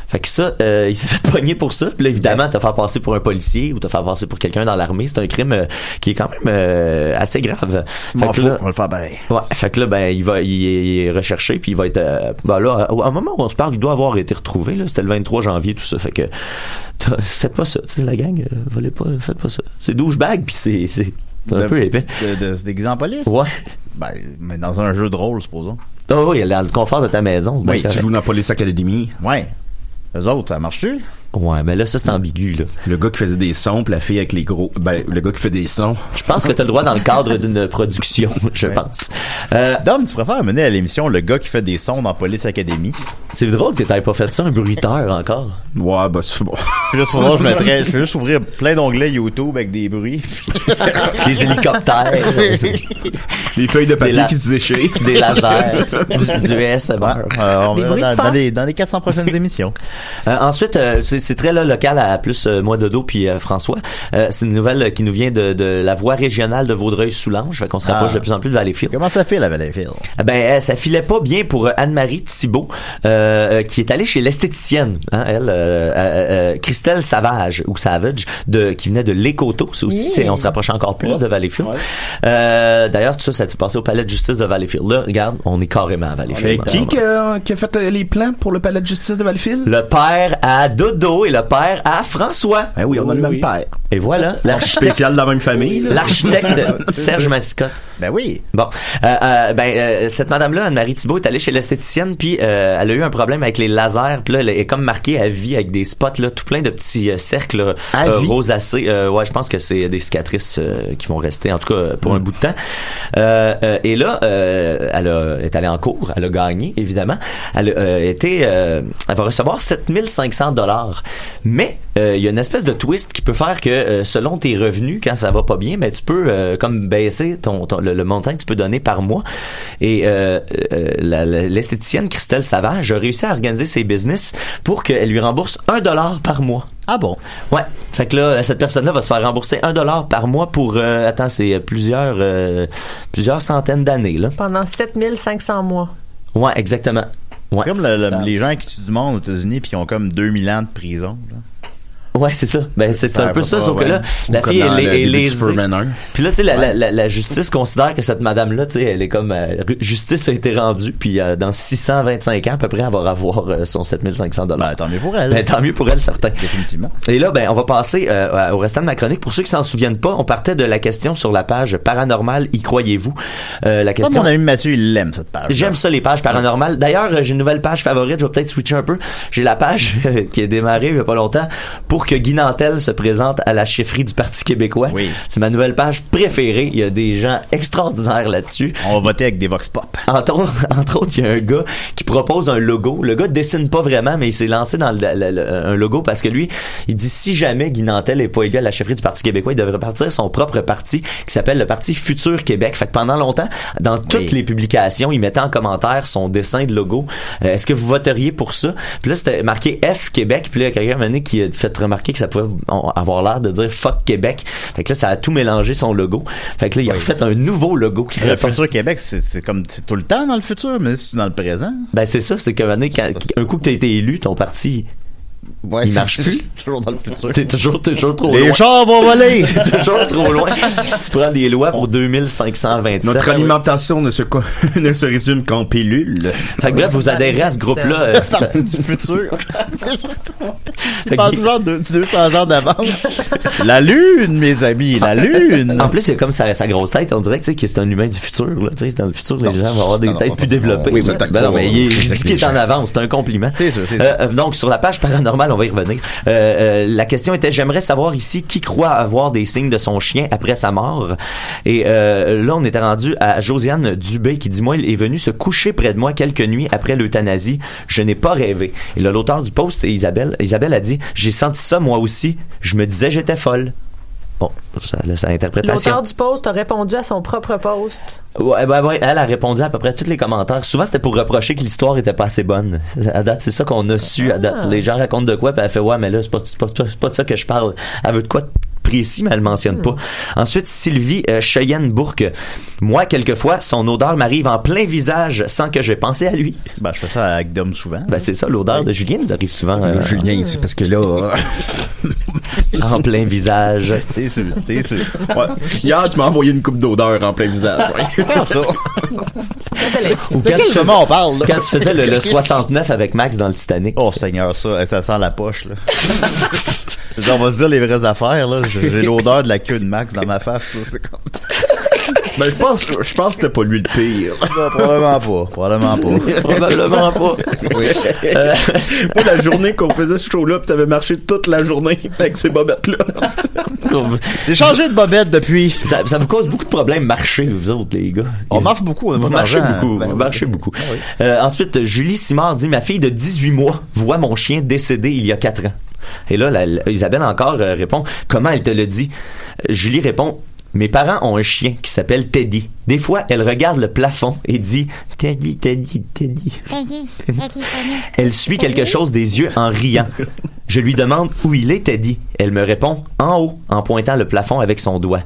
[SPEAKER 11] Fait que ça, euh, il s'est fait pogner pour ça. Puis là, évidemment, te faire passer pour un policier ou te faire passer pour quelqu'un dans l'armée, c'est un crime euh, qui est quand même euh, assez grave.
[SPEAKER 9] M'en
[SPEAKER 11] que
[SPEAKER 9] fous,
[SPEAKER 11] là-
[SPEAKER 9] on va le faire pareil.
[SPEAKER 11] Ouais, fait que là, ben, il va, il est, il est recherché, puis il va être, euh, ben là, au- à un moment où on se parle, il doit avoir été retrouvé, là. C'était le 23 janvier, tout ça. Fait que, t'as- faites pas ça, tu sais, la gang, euh, volez pas, faites pas ça. C'est douchebag, puis c'est, c'est c'est un
[SPEAKER 9] De-
[SPEAKER 11] peu épais.
[SPEAKER 9] De, de se déguiser en police?
[SPEAKER 11] Ouais.
[SPEAKER 9] Ben, mais dans un jeu de rôle, supposons.
[SPEAKER 11] Ah oui, dans le confort de ta maison.
[SPEAKER 9] Oui, tu joues
[SPEAKER 11] dans Police Academy.
[SPEAKER 9] Ouais. Eux autres, ça marche tu
[SPEAKER 11] Ouais, mais là, ça, c'est ambigu, là.
[SPEAKER 10] Le gars qui faisait des sons, puis la fille avec les gros. Ben, le gars qui fait des sons.
[SPEAKER 11] Je pense que t'as le droit dans le cadre d'une production, je pense. Euh,
[SPEAKER 9] Dom, tu préfères mener à l'émission le gars qui fait des sons dans Police Academy?
[SPEAKER 11] C'est drôle que t'aies pas fait ça, un bruiteur encore.
[SPEAKER 10] Ouais, bah, c'est bon.
[SPEAKER 9] Juste pour ça, je mettrais, je vais juste ouvrir plein d'onglets YouTube avec des bruits.
[SPEAKER 11] Des hélicoptères.
[SPEAKER 10] Les feuilles de
[SPEAKER 11] Des la-
[SPEAKER 10] papier qui se déchirent.
[SPEAKER 11] Des lasers, du, du ASMR.
[SPEAKER 9] Euh, on Des verra bruits de dans- dans porte. les- dans les 400 prochaines émissions.
[SPEAKER 11] Euh, ensuite, euh, c'est c'est très là, local à plus euh, moi Dodo puis euh, François. Euh, c'est une nouvelle euh, qui nous vient de, de la voie régionale de Vaudreuil-Soulanges. Fait qu'on se rapproche
[SPEAKER 9] Ah.
[SPEAKER 11] de plus en plus de Valleyfield.
[SPEAKER 9] Comment ça file à Valleyfield?
[SPEAKER 11] Ben, euh, ça filait pas bien pour euh, Anne-Marie Thibault, euh, euh, qui est allée chez l'esthéticienne, hein, elle, euh, euh, euh, Christelle Savage, ou Savage, de, qui venait de L'Écoto, c'est aussi,
[SPEAKER 8] Oui.
[SPEAKER 11] c'est- on se rapproche encore plus
[SPEAKER 8] Ouais.
[SPEAKER 11] de Valleyfield. Euh, D'ailleurs, tout ça, ça s'est passé au palais de justice de Valleyfield. Là, regarde, on est carrément à Valleyfield.
[SPEAKER 10] Fait qui qui a, qui a fait euh, les plans pour le palais de justice de Valleyfield?
[SPEAKER 11] Le père à Dodo et le père à François.
[SPEAKER 10] Ben oui, on a le même père.
[SPEAKER 11] Et voilà.
[SPEAKER 10] Spécial de la même famille. là.
[SPEAKER 11] L'architecte de Serge Mascotte.
[SPEAKER 9] Ben oui.
[SPEAKER 11] Bon. Euh, euh, ben, euh, cette madame-là, Anne-Marie Thibault, est allée chez l'esthéticienne, puis euh, elle a eu un problème avec les lasers, puis là, elle est comme marquée à vie avec des spots, là, tout plein de petits euh, cercles là,
[SPEAKER 8] À
[SPEAKER 11] euh,
[SPEAKER 8] vie?
[SPEAKER 11] rosacés. Euh, ouais, je pense que c'est des cicatrices euh, qui vont rester, en tout cas, pour un bout de temps. Euh, euh, et là, euh, elle a- est allée en cours, elle a gagné, évidemment. Elle, a, euh, été, euh, elle va recevoir 7500 dollars. Mais euh, il y a une espèce de twist qui peut faire que, euh, selon tes revenus, quand ça va pas bien, mais tu peux euh, comme baisser ton, ton- le, le montant que tu peux donner par mois. Et euh, euh, la- la- l'esthéticienne Christelle Savage a réussi à organiser ses business pour qu'elle lui rembourse un dollar par mois.
[SPEAKER 9] Ah bon?
[SPEAKER 11] Ouais. Fait que là, cette personne-là va se faire rembourser un dollar par mois pour, euh, attends, c'est plusieurs, euh, plusieurs centaines d'années, là.
[SPEAKER 12] Pendant 7500 mois.
[SPEAKER 11] Ouais, exactement. Ouais.
[SPEAKER 9] Comme le- le- les gens qui tuent du monde aux États-Unis puis qui ont comme 2000 ans de prison. là.
[SPEAKER 11] Ouais, c'est ça. Ben, c'est c'est
[SPEAKER 9] Ça
[SPEAKER 11] un peu
[SPEAKER 9] va
[SPEAKER 11] ça,
[SPEAKER 9] pas,
[SPEAKER 11] sauf que
[SPEAKER 9] ouais.
[SPEAKER 11] là,
[SPEAKER 9] Ou
[SPEAKER 11] la
[SPEAKER 9] comme
[SPEAKER 11] fille,
[SPEAKER 9] dans
[SPEAKER 11] elle
[SPEAKER 9] le
[SPEAKER 11] est- est
[SPEAKER 9] début de
[SPEAKER 11] lésée.
[SPEAKER 9] Superman un.
[SPEAKER 11] Puis là, tu sais, la, la- la- la justice considère que cette madame-là, tu sais, elle est comme, euh, ru- justice a été rendue, puis euh, dans 625 ans, à peu près, elle va avoir euh, son 7500 dollars.
[SPEAKER 9] Tant mieux pour elle.
[SPEAKER 11] Ben, tant mieux pour elle, certain.
[SPEAKER 9] Définitivement.
[SPEAKER 11] Et là, ben, on va passer euh, au restant de ma chronique. Pour ceux qui s'en souviennent pas, on partait de la question sur la page paranormale. Y croyez-vous Euh, La
[SPEAKER 9] Ça,
[SPEAKER 11] question.
[SPEAKER 9] mon ami Mathieu, il l'aime, cette page.
[SPEAKER 11] J'aime ça les pages paranormales. D'ailleurs, euh, j'ai une nouvelle page favorite. Je vais peut-être switcher un peu. J'ai la page qui a démarré il y a pas longtemps pour que Guy Nantel se présente à la chefferie du Parti québécois. C'est ma nouvelle page préférée. Il y a des gens extraordinaires là-dessus.
[SPEAKER 9] On va voter avec des vox pop.
[SPEAKER 11] Entre, autres- entre autres, il y a un gars qui propose un logo. Le gars dessine pas vraiment, mais il s'est lancé dans le- le- le- un logo parce que lui, il dit si jamais Guy Nantel est pas élu à la chefferie du Parti québécois, il devrait partir son propre parti qui s'appelle le Parti Futur Québec. Fait que pendant longtemps, dans toutes les publications, il mettait en commentaire son dessin de logo. Euh, Est-ce que vous voteriez pour ça? Puis là, c'était marqué F Québec. Puis là, il y a quelqu'un à un moment donné qui a fait remarquer que ça pouvait on- avoir l'air de dire fuck Québec. Fait que là, ça a tout mélangé son logo. Fait que là, il a refait un nouveau logo qui
[SPEAKER 9] Le
[SPEAKER 11] reprend-
[SPEAKER 9] futur Québec, c'est c'est comme c'est tout le temps dans le futur, mais c'est dans le présent.
[SPEAKER 11] Ben c'est ça, c'est que un, un coup que t'as été élu, ton parti,
[SPEAKER 9] Ouais,
[SPEAKER 11] il
[SPEAKER 9] c'est-
[SPEAKER 11] marche plus.
[SPEAKER 9] toujours dans le futur.
[SPEAKER 11] T'es toujours, toujours trop
[SPEAKER 9] Les
[SPEAKER 11] loin.
[SPEAKER 9] chars vont voler!
[SPEAKER 11] toujours trop loin. Tu prends des lois pour 2527.
[SPEAKER 10] Notre
[SPEAKER 11] Ah oui.
[SPEAKER 10] alimentation ne, se co- ne se résume qu'en pilules.
[SPEAKER 11] Fait que bref, vous adhérez à ce groupe-là. euh, ça-
[SPEAKER 9] Parti du futur.
[SPEAKER 11] Fait
[SPEAKER 9] Il parle
[SPEAKER 11] que-
[SPEAKER 9] toujours de 200 ans d'avance. La lune, mes amis, la lune.
[SPEAKER 11] En plus, il y a comme sa, sa grosse tête, on dirait tu sais, que c'est un humain du futur. Là, tu sais, dans le futur, les gens vont avoir des
[SPEAKER 9] non,
[SPEAKER 11] têtes
[SPEAKER 9] non,
[SPEAKER 11] plus
[SPEAKER 9] non,
[SPEAKER 11] développées.
[SPEAKER 9] oui, oui,
[SPEAKER 11] Ben non, mais il est- je dis qu'il est en avance, c'est un compliment. Euh, euh, donc, sur la page paranormale, on va y revenir. Euh, euh, la question était, j'aimerais savoir ici qui croit avoir des signes de son chien après sa mort. Et euh, là, on était rendu à Josiane Dubé qui dit, moi, il est venu se coucher près de moi quelques nuits après l'euthanasie. Je n'ai pas rêvé. Et là, l'auteur du post, c'est Isabelle. Isabelle a dit, j'ai senti ça moi aussi. Je me disais, j'étais folle. Bon, ça, là, c'est l'interprétation.
[SPEAKER 12] L'auteur du post a répondu à son propre post.
[SPEAKER 11] Ouais, ben, ouais, elle a répondu à peu près tous les commentaires. Souvent, c'était pour reprocher que l'histoire était pas assez bonne. À date, c'est ça qu'on a su. À date, les gens racontent de quoi, puis elle fait ouais, mais là, c'est pas, c'est pas, c'est pas de ça que je parle. Elle veut de quoi de précis, mais elle le mentionne pas. Ensuite, Sylvie euh, Cheyenne Bourque. Moi, quelquefois, son odeur m'arrive en plein visage sans que j'aie pensé à lui.
[SPEAKER 9] Ben, je fais ça avec Dom souvent.
[SPEAKER 11] Ben, c'est ça, l'odeur de Julien nous arrive souvent. euh,
[SPEAKER 10] Julien, c'est parce que là.
[SPEAKER 11] en plein visage.
[SPEAKER 9] euh, C'est sûr, c'est sûr.
[SPEAKER 10] Ouais. Hier, tu m'as envoyé une coupe d'odeur en plein visage.
[SPEAKER 9] Comment ça?
[SPEAKER 11] Ou quand,
[SPEAKER 9] Lequel
[SPEAKER 11] tu faisais,
[SPEAKER 9] chemin on parle, là?
[SPEAKER 11] quand tu faisais le, le 69 avec Max dans le Titanic.
[SPEAKER 9] Oh Seigneur, ça, eh, ça sent la poche, là. Genre, on va se dire les vraies affaires, là. J'ai j'ai l'odeur de la queue de Max dans ma face, là. C'est comme...
[SPEAKER 10] Ben, je pense, que- je pense que c'était pas lui le pire.
[SPEAKER 9] Non, probablement pas. Probablement pas.
[SPEAKER 11] Probablement pas.
[SPEAKER 10] Euh, Moi, la journée qu'on faisait ce show-là, pis t'avais marché toute la journée avec ces bobettes-là.
[SPEAKER 9] J'ai changé de bobette depuis.
[SPEAKER 11] Ça, ça vous cause beaucoup de problèmes marcher, vous autres, les gars.
[SPEAKER 9] On marche beaucoup, on a
[SPEAKER 11] Vous
[SPEAKER 9] pas
[SPEAKER 11] marchez
[SPEAKER 9] d'argent.
[SPEAKER 11] beaucoup.
[SPEAKER 9] Ben,
[SPEAKER 11] vous marchez beaucoup. Euh, ensuite, Julie Simard dit Ma fille de 18 mois voit mon chien décédé il y a 4 ans. Et là, la- la- Isabelle encore euh, répond Comment elle te le dit Euh, Julie répond Mes parents ont un chien qui s'appelle Teddy. Des fois, elle regarde le plafond et dit Teddy, Teddy, Teddy. Elle suit quelque chose des yeux en riant. Je lui demande où il est, Teddy. Elle me répond en haut, en pointant le plafond avec son doigt.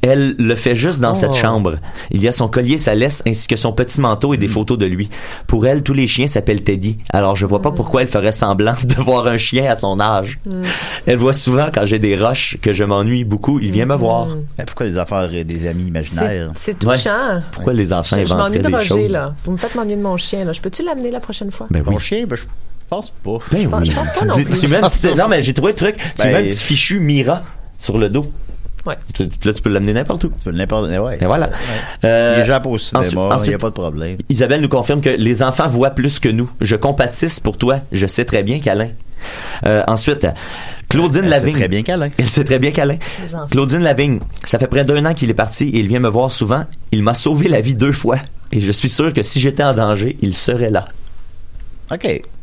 [SPEAKER 11] Elle le fait juste dans cette
[SPEAKER 8] Oh.
[SPEAKER 11] chambre. Il y a son collier, sa laisse, ainsi que son petit manteau et des photos de lui. Pour elle, tous les chiens s'appellent Teddy. Alors je
[SPEAKER 12] Mm.
[SPEAKER 11] vois pas pourquoi elle ferait semblant de voir un chien à son âge. Elle voit souvent quand j'ai des roches que je m'ennuie beaucoup, il vient me voir.
[SPEAKER 9] Ben, pourquoi les affaires euh, des amis
[SPEAKER 12] C'est
[SPEAKER 9] imaginaires?
[SPEAKER 12] Mm-hmm. c'est touchant.
[SPEAKER 11] Pourquoi les enfants
[SPEAKER 12] Je, je
[SPEAKER 11] inventeraient
[SPEAKER 12] m'ennuie de
[SPEAKER 11] des
[SPEAKER 12] Roger,
[SPEAKER 11] choses
[SPEAKER 12] là. Vous me faites m'ennuyer de mon chien, là. Je peux-tu l'amener la prochaine fois?
[SPEAKER 11] Ben oui.
[SPEAKER 9] Mon chien, ben, je pense pas.
[SPEAKER 11] Ben oui.
[SPEAKER 12] je pense pas non
[SPEAKER 11] Tu-
[SPEAKER 12] plus.
[SPEAKER 11] tu mets un petit- non, mais j'ai trouvé le truc. Tu
[SPEAKER 9] Ben-
[SPEAKER 11] mets un petit fichu Mira sur le dos.
[SPEAKER 12] Ouais.
[SPEAKER 11] Tu- là, tu peux l'amener n'importe où.
[SPEAKER 9] Tu veux n'importe ouais.
[SPEAKER 11] Et voilà.
[SPEAKER 9] Il
[SPEAKER 11] Euh,
[SPEAKER 9] est japon au cinéma,
[SPEAKER 11] ensuite-
[SPEAKER 9] il n'y a pas de problème.
[SPEAKER 11] Isabelle nous confirme que les enfants voient plus que nous. Je compatisse pour toi. Je sais très bien qu'Alain. Euh, ensuite, Claudine
[SPEAKER 9] Elle sait
[SPEAKER 11] Lavigne.
[SPEAKER 9] très bien qu'Alain.
[SPEAKER 11] Elle sait très bien qu'Alain.
[SPEAKER 12] Les enfants.
[SPEAKER 11] Claudine Lavigne, ça fait près d'un an qu'il est parti et il vient me voir souvent. Il m'a sauvé la vie deux fois. Et je suis sûr que si j'étais en danger, il serait là.
[SPEAKER 9] OK.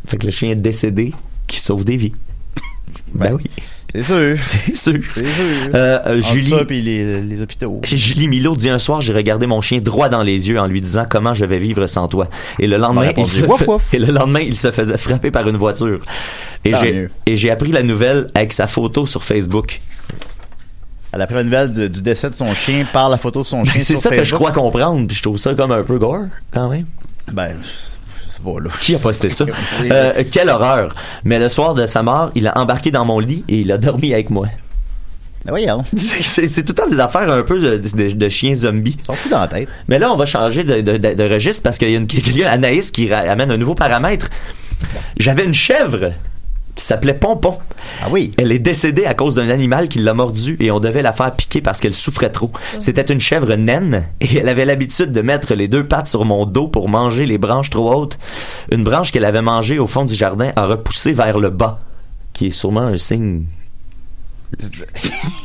[SPEAKER 11] Fait que le chien est décédé qui sauve des vies. Ben, oui.
[SPEAKER 9] C'est sûr.
[SPEAKER 11] C'est sûr.
[SPEAKER 9] C'est sûr.
[SPEAKER 11] Euh, euh,
[SPEAKER 9] Entre
[SPEAKER 11] Julie-
[SPEAKER 9] ça puis les, les hôpitaux.
[SPEAKER 11] Julie Milo dit un soir, j'ai regardé mon chien droit dans les yeux en lui disant comment je vais vivre sans toi. Et le lendemain,
[SPEAKER 9] On a
[SPEAKER 11] il
[SPEAKER 9] répondu,
[SPEAKER 11] se,
[SPEAKER 9] Wouf,
[SPEAKER 11] fait-
[SPEAKER 9] wouf.
[SPEAKER 11] et le lendemain, il se faisait frapper par une voiture. Et
[SPEAKER 9] Tant
[SPEAKER 11] j'ai,
[SPEAKER 9] mieux.
[SPEAKER 11] et j'ai appris la nouvelle avec sa photo sur Facebook.
[SPEAKER 9] Elle a pris la nouvelle de- du décès de son chien par la photo de son chien.
[SPEAKER 11] Ben, c'est
[SPEAKER 9] sur
[SPEAKER 11] ça que je
[SPEAKER 9] Facebook.
[SPEAKER 11] crois comprendre, puis je trouve ça comme un peu gore, quand même.
[SPEAKER 9] Ben, c'est pas là.
[SPEAKER 11] Qui a posté ça? Euh, quelle horreur! Mais le soir de sa mort, il a embarqué dans mon lit et il a dormi avec moi.
[SPEAKER 9] Ben voyons. Ils
[SPEAKER 11] C'est, c'est tout le temps des affaires un peu de, de, de chiens zombies.
[SPEAKER 9] sont fous dans la tête.
[SPEAKER 11] Mais là, on va changer de, de- de- de registre parce qu'il y a une, il y a Anaïs qui ra- amène un nouveau paramètre. J'avais une chèvre qui s'appelait Pompon.
[SPEAKER 9] Ah oui.
[SPEAKER 11] Elle est décédée à cause d'un animal qui l'a mordue et on devait la faire piquer parce qu'elle souffrait trop. C'était une chèvre naine et elle avait l'habitude de mettre les deux pattes sur mon dos pour manger les branches trop hautes. Une branche qu'elle avait mangée au fond du jardin a repoussé vers le bas, qui est sûrement un signe.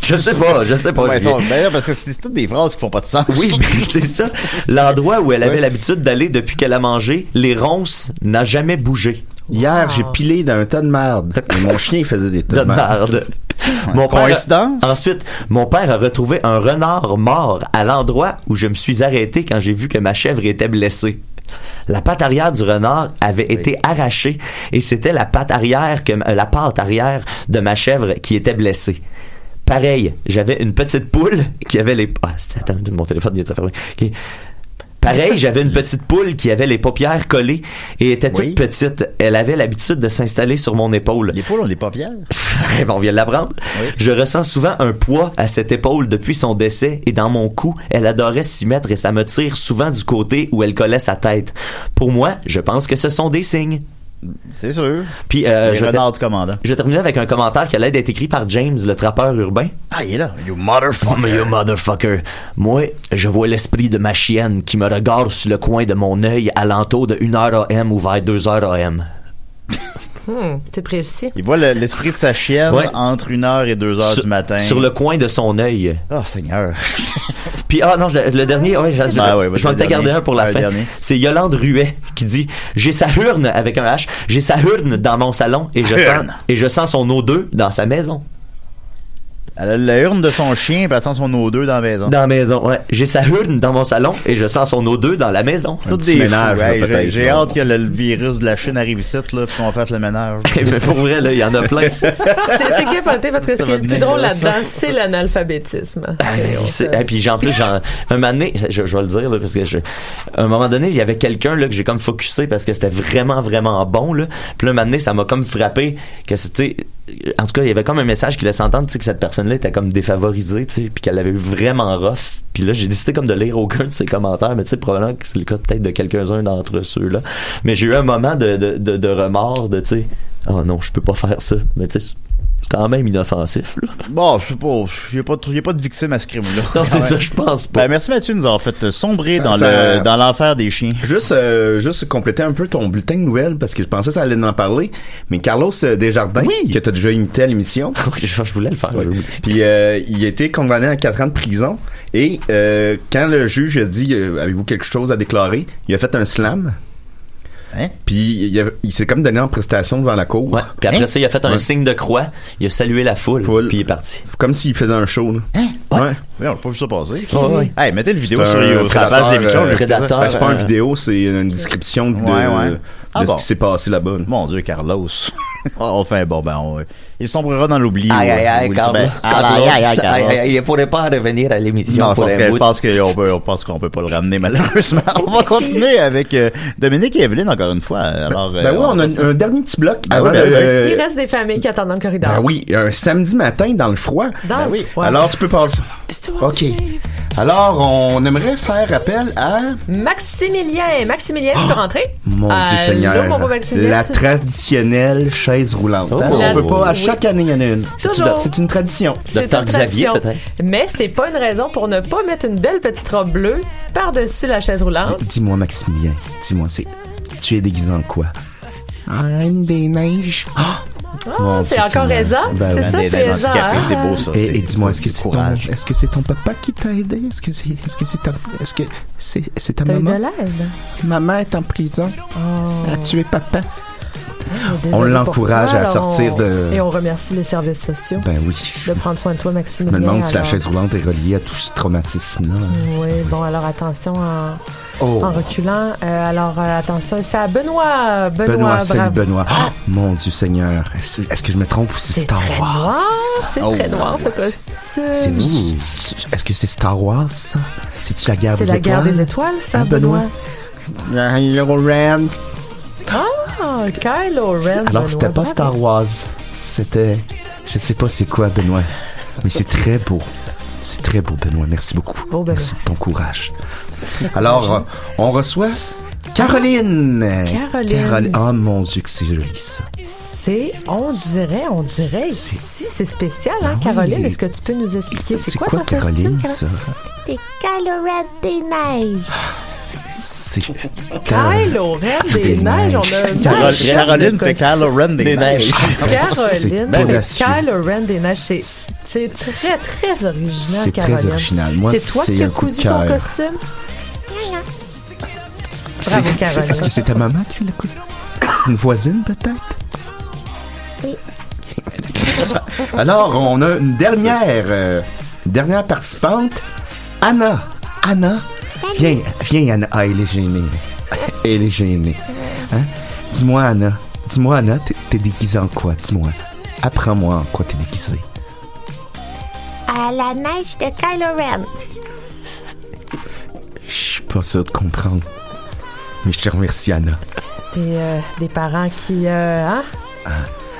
[SPEAKER 11] Je sais pas, je sais pas.
[SPEAKER 9] Ouais,
[SPEAKER 11] Julien.
[SPEAKER 9] ça, ben là, parce que c'est c'est toutes des phrases qui font pas de sens.
[SPEAKER 11] Oui, mais c'est ça. L'endroit où elle avait
[SPEAKER 9] Ouais.
[SPEAKER 11] l'habitude d'aller depuis qu'elle a mangé, les ronces, n'a jamais bougé.
[SPEAKER 10] Hier, j'ai pilé d'un tas de merde. Et mon chien faisait des tas de merde.
[SPEAKER 11] Donne-marde. Mon père a-
[SPEAKER 9] Coïncidence?
[SPEAKER 11] ensuite, mon père a retrouvé un renard mort à l'endroit où je me suis arrêté quand j'ai vu que ma chèvre était blessée. La patte arrière du renard avait été arrachée et c'était la patte arrière que ma- la patte arrière de ma chèvre qui était blessée. Pareil, j'avais une petite poule qui avait les ah, c'est- attends, mon téléphone vient de se fermer. Ok. Pareil, j'avais une petite poule qui avait les paupières collées et était toute
[SPEAKER 9] Oui.
[SPEAKER 11] petite. Elle avait l'habitude de s'installer sur mon épaule.
[SPEAKER 9] Les poules ont des paupières.
[SPEAKER 11] Rêve, on vient de l'apprendre. Je ressens souvent un poids à cette épaule depuis son décès et dans mon cou, elle adorait s'y mettre et ça me tire souvent du côté où elle collait sa tête. Pour moi, je pense que ce sont des signes.
[SPEAKER 9] C'est sûr.
[SPEAKER 11] Puis euh,
[SPEAKER 9] les
[SPEAKER 11] je,
[SPEAKER 9] renards du commandant.
[SPEAKER 11] je terminais avec un commentaire qui allait être écrit par James, le trappeur urbain.
[SPEAKER 9] Ah, il est là. You
[SPEAKER 11] Oh, mais
[SPEAKER 9] motherfucker.
[SPEAKER 11] you motherfucker. Moi, je vois l'esprit de ma chienne qui me regarde sur le coin de mon œil à l'entour de 1h AM ou vers 2h AM.
[SPEAKER 12] Hum, c'est précis.
[SPEAKER 9] Il voit le- l'esprit de sa chienne
[SPEAKER 11] Ouais.
[SPEAKER 9] entre 1h et 2h
[SPEAKER 11] Sur-
[SPEAKER 9] Ah, du matin.
[SPEAKER 11] Sur le coin de son œil.
[SPEAKER 9] Oh, Seigneur.
[SPEAKER 11] Puis, ah non, je l'ai- le dernier, ouais, je, je-
[SPEAKER 9] Ah ouais, vas-y,
[SPEAKER 11] je vais
[SPEAKER 9] le
[SPEAKER 11] en peut-être garder
[SPEAKER 9] dernier.
[SPEAKER 11] un pour la
[SPEAKER 9] Ouais, le
[SPEAKER 11] fin.
[SPEAKER 9] dernier.
[SPEAKER 11] C'est Yolande Ruet qui dit J'ai sa hurne avec un H, j'ai sa hurne dans mon salon et je, sens,
[SPEAKER 9] Hurne.
[SPEAKER 11] et je sens son O2 dans sa maison.
[SPEAKER 9] Elle a la hurne de son chien, puis elle sent son O2 dans la maison.
[SPEAKER 11] Dans la maison, ouais. J'ai sa hurne dans mon salon et je sens son O2 dans la maison.
[SPEAKER 9] Tous des fous. Hey, j'ai- J'ai hâte que le, le virus de la Chine arrive ici, là, puis qu'on fasse le ménage.
[SPEAKER 11] Mais pour vrai, là, il y en a plein.
[SPEAKER 13] C'est c'est capoté parce que ce qui est le plus drôle là-dedans, c'est l'analphabétisme.
[SPEAKER 10] Ah,
[SPEAKER 11] C'est- Et Ah, puis en plus, j'en- un moment donné, je, je vais le dire là, parce que je, un moment donné, il y avait quelqu'un là que j'ai comme focusé parce que c'était vraiment vraiment bon là. Puis là, un moment donné, ça m'a comme frappé que c'était, en tout cas, il y avait comme un message qui laissait entendre tu sais, que cette personne-là était comme défavorisée, tu sais, puis qu'elle avait eu vraiment rough. Puis là, j'ai décidé comme de lire aucun de ses commentaires, mais tu sais, probablement que c'est le cas peut-être de quelques-uns d'entre ceux-là. Mais j'ai eu un moment de, de, de, de remords, de tu sais, oh non, je peux pas faire ça, mais tu sais, c'est quand même inoffensif. Là.
[SPEAKER 9] Bon, je sais pas, il n'y a, pas de- y a pas de victime à ce crime-là.
[SPEAKER 11] Non, c'est
[SPEAKER 9] Quand
[SPEAKER 11] ça,
[SPEAKER 9] même.
[SPEAKER 11] je pense pas.
[SPEAKER 9] Ben, merci Mathieu, nous en fait euh, sombrer
[SPEAKER 10] Ça-
[SPEAKER 9] dans
[SPEAKER 10] ça-
[SPEAKER 9] le dans l'enfer des chiens.
[SPEAKER 10] Juste, euh, juste compléter un peu ton bulletin de nouvelles parce que je pensais que tu allais en parler. Mais Carlos euh, Desjardins, que tu as déjà imité à l'émission.
[SPEAKER 11] je, voulais le faire.
[SPEAKER 10] Puis euh, il a été condamné à 4 ans de prison. Et euh, quand le juge a dit euh, Avez-vous quelque chose à déclarer il a fait un slam. Puis il, a- il s'est comme donné en prestation devant la cour.
[SPEAKER 11] Hein?
[SPEAKER 10] Hein?
[SPEAKER 11] Puis après ça, il a fait un
[SPEAKER 10] Ouais.
[SPEAKER 11] signe de croix, il a salué la foule, puis il est parti. Hein?
[SPEAKER 10] Comme s'il faisait un show. Là.
[SPEAKER 9] Ouais. Oui, on n'a pas vu ça passer.
[SPEAKER 11] Ouais, ouais.
[SPEAKER 9] Hey, mettez le vidéo
[SPEAKER 10] C'est
[SPEAKER 9] sur
[SPEAKER 10] un
[SPEAKER 9] YouTube, sur la page de l'émission.
[SPEAKER 10] prédateur, euh,
[SPEAKER 9] j'ai écouté ça.
[SPEAKER 10] prédateur, Ben, c'est pas un euh, vidéo, c'est une description de- de ce qui s'est
[SPEAKER 9] passé là-bas. Ah Mon Dieu, Carlos. Ah, enfin, bon, ben, on- il sombrera dans l'oubli.
[SPEAKER 11] Aïe,
[SPEAKER 9] ouais.
[SPEAKER 11] aïe, aïe,
[SPEAKER 9] Oui,
[SPEAKER 11] Carlos.
[SPEAKER 9] ben,
[SPEAKER 11] Carlos,
[SPEAKER 9] aïe, aïe, aïe,
[SPEAKER 11] aïe,
[SPEAKER 9] Carlos.
[SPEAKER 11] aïe, aïe, il pourrait pas revenir à l'émission
[SPEAKER 9] Non, je
[SPEAKER 11] pour
[SPEAKER 9] pense,
[SPEAKER 11] un
[SPEAKER 9] que, je
[SPEAKER 11] bout.
[SPEAKER 9] pense que on peut, on pense qu'on peut pas le ramener malheureusement. On va continuer avec euh, Dominique et Evelyne encore une fois. Alors, euh,
[SPEAKER 10] Ben oui, on a un, un dernier petit bloc
[SPEAKER 9] Ben
[SPEAKER 10] avant
[SPEAKER 9] oui, ben
[SPEAKER 10] de-
[SPEAKER 9] oui.
[SPEAKER 13] Il reste des familles qui attendent dans le corridor.
[SPEAKER 10] Ben oui, un samedi matin dans le froid.
[SPEAKER 13] Dans
[SPEAKER 10] Ben
[SPEAKER 13] le
[SPEAKER 10] oui.
[SPEAKER 13] froid.
[SPEAKER 10] Alors tu peux passer. OK. Alors on aimerait faire appel à
[SPEAKER 13] Maximilien, Maximilien, tu peux rentrer?
[SPEAKER 10] Ah, mon Dieu
[SPEAKER 13] Allô,
[SPEAKER 10] Seigneur,
[SPEAKER 13] mon beau Maximilien.
[SPEAKER 10] la
[SPEAKER 13] Tu-
[SPEAKER 10] traditionnelle chaise roulante. hein?
[SPEAKER 13] Oh.
[SPEAKER 10] on peut pas à
[SPEAKER 13] Oui.
[SPEAKER 10] chaque année il y en a une. C'est une-
[SPEAKER 13] Toujours.
[SPEAKER 10] C'est une tradition.
[SPEAKER 13] C'est une tradition. Mais c'est pas une raison pour ne pas mettre une belle petite robe bleue par-dessus la chaise roulante.
[SPEAKER 10] Dis- Dis-moi Maximilien, dis-moi c'est tu es déguisé en quoi
[SPEAKER 17] En reine des neiges.
[SPEAKER 13] Ah, c'est encore Eza?
[SPEAKER 10] Ben,
[SPEAKER 13] C'est ça, c'est Eza. hein?
[SPEAKER 10] Et, et dis-moi, est-ce que c'est ton, est-ce que c'est ton papa qui t'a aidé Est-ce que c'est, est-ce que c'est ta, est-ce que c'est, c'est ta
[SPEAKER 13] T'as eu de
[SPEAKER 10] maman
[SPEAKER 13] l'aide? Oh.
[SPEAKER 17] Maman est en prison. Elle a tué papa.
[SPEAKER 10] On
[SPEAKER 13] Ah, Désolé pour
[SPEAKER 10] l'encourage
[SPEAKER 13] toi,
[SPEAKER 10] à
[SPEAKER 13] là,
[SPEAKER 10] sortir
[SPEAKER 13] on-
[SPEAKER 10] de-
[SPEAKER 13] Et on remercie les services sociaux
[SPEAKER 10] Ben oui.
[SPEAKER 13] de prendre soin de toi,
[SPEAKER 10] Je
[SPEAKER 13] Maximilien.
[SPEAKER 10] me demande si la
[SPEAKER 13] alors.
[SPEAKER 10] chaise roulante est reliée à tout ce traumatisme-là.
[SPEAKER 13] Oui, bon, alors attention en,
[SPEAKER 10] Oh.
[SPEAKER 13] en reculant. Euh, alors, euh, attention, c'est à Benoît. Benoît,
[SPEAKER 10] Benoît, salut
[SPEAKER 13] bravo. Ah!
[SPEAKER 10] Benoît. Oh, mon Dieu Seigneur, est-ce, est-ce que je me trompe ou c'est Star
[SPEAKER 13] Très
[SPEAKER 10] Wars
[SPEAKER 13] noir, c'est
[SPEAKER 10] Oh.
[SPEAKER 13] très noir ce costume.
[SPEAKER 10] C'est du- Est-ce que c'est Star Wars ça? C'est-tu la guerre
[SPEAKER 13] C'est
[SPEAKER 10] des
[SPEAKER 13] la
[SPEAKER 10] étoiles
[SPEAKER 13] guerre des étoiles, ça,
[SPEAKER 10] Hein,
[SPEAKER 13] Benoît.
[SPEAKER 10] Kylo Ren.
[SPEAKER 13] Ah, Kylo Ren.
[SPEAKER 10] Alors
[SPEAKER 13] Benoît,
[SPEAKER 10] c'était pas
[SPEAKER 13] bravo.
[SPEAKER 10] Star Wars, c'était, je sais pas c'est quoi Benoît, mais c'est très beau. C'est très beau Benoît, merci beaucoup. Merci de ton courage. Alors, euh, on reçoit Caroline.
[SPEAKER 13] Caroline.
[SPEAKER 10] Oh mon Dieu, que c'est joli ça.
[SPEAKER 13] C'est, on dirait, on dirait ici, c'est spécial,
[SPEAKER 10] Ah
[SPEAKER 13] hein, Caroline. Est-ce que tu peux nous expliquer c'est quoi, ton costume,
[SPEAKER 10] Caroline,
[SPEAKER 13] Caroline?
[SPEAKER 10] ça? Ah,
[SPEAKER 18] Des calorettes des neiges.
[SPEAKER 10] C'est.
[SPEAKER 13] Kylo Ren des neiges, on a un
[SPEAKER 9] Carole-
[SPEAKER 13] match-up
[SPEAKER 9] Caroline
[SPEAKER 13] de
[SPEAKER 9] fait
[SPEAKER 13] costumes.
[SPEAKER 9] Kylo Ren des neiges.
[SPEAKER 13] Ah, Caroline, avec Kylo Ren des neiges, c'est c'est très très original,
[SPEAKER 10] C'est très
[SPEAKER 13] Caroline.
[SPEAKER 10] original. Moi,
[SPEAKER 13] c'est toi
[SPEAKER 10] c'est
[SPEAKER 13] qui
[SPEAKER 10] un
[SPEAKER 13] as
[SPEAKER 10] coup de
[SPEAKER 13] cousu ton
[SPEAKER 10] cœur.
[SPEAKER 13] costume.
[SPEAKER 10] C'est-
[SPEAKER 13] Bravo,
[SPEAKER 10] c'est-
[SPEAKER 13] Caroline.
[SPEAKER 10] Est-ce que c'est ta maman qui l'a coupé? Une voisine peut-être?
[SPEAKER 18] Oui.
[SPEAKER 10] Alors, on a une dernière, euh, dernière participante, Anna. Anna, viens, viens Anna. Ah, elle est gênée. Elle est gênée. Hein? Dis-moi Anna, dis-moi Anna, t'es- t'es déguisée en quoi? Dis-moi. Apprends-moi en quoi t'es déguisée.
[SPEAKER 18] À la neige de Kylo Ren.
[SPEAKER 10] Je suis pas sûr de comprendre. Mais je te remercie Anna.
[SPEAKER 13] Des, euh, des parents qui, euh, hein?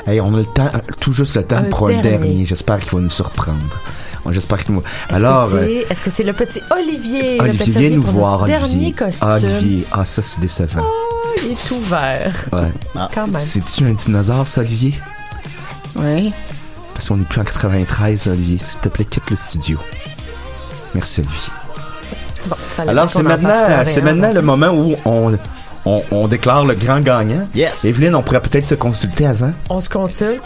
[SPEAKER 10] Hey, on a le temps, euh, tout juste le temps
[SPEAKER 13] Un
[SPEAKER 10] pour un
[SPEAKER 13] dernier.
[SPEAKER 10] dernier. J'espère qu'il va nous surprendre. Bon, J'espère qu'il va.
[SPEAKER 13] Est-ce
[SPEAKER 10] Alors,
[SPEAKER 13] que c'est-
[SPEAKER 10] euh,
[SPEAKER 13] est-ce que c'est le petit Olivier? le
[SPEAKER 10] Olivier,
[SPEAKER 13] petit
[SPEAKER 10] viens nous
[SPEAKER 13] pour
[SPEAKER 10] voir.
[SPEAKER 13] notre
[SPEAKER 10] Olivier.
[SPEAKER 13] Dernier costume.
[SPEAKER 10] Ah, Olivier, ah, ça, c'est décevant.
[SPEAKER 13] Oh, il est tout vert.
[SPEAKER 10] Ouais.
[SPEAKER 13] Quand même.
[SPEAKER 10] C'est-tu un dinosaure, ça, Olivier?
[SPEAKER 17] Oui.
[SPEAKER 10] Parce qu'on n'est plus en 93, Olivier. S'il te plaît, quitte le studio. Merci, Olivier.
[SPEAKER 13] Bon, fallait
[SPEAKER 10] Alors,
[SPEAKER 13] pas
[SPEAKER 10] c'est
[SPEAKER 13] qu'on en fasse
[SPEAKER 10] maintenant,
[SPEAKER 13] pleurer,
[SPEAKER 10] c'est
[SPEAKER 13] hein,
[SPEAKER 10] maintenant le moment où on, on, on déclare le grand gagnant.
[SPEAKER 9] Yes.
[SPEAKER 10] Evelyne, on pourrait peut-être se consulter avant.
[SPEAKER 12] On se consulte.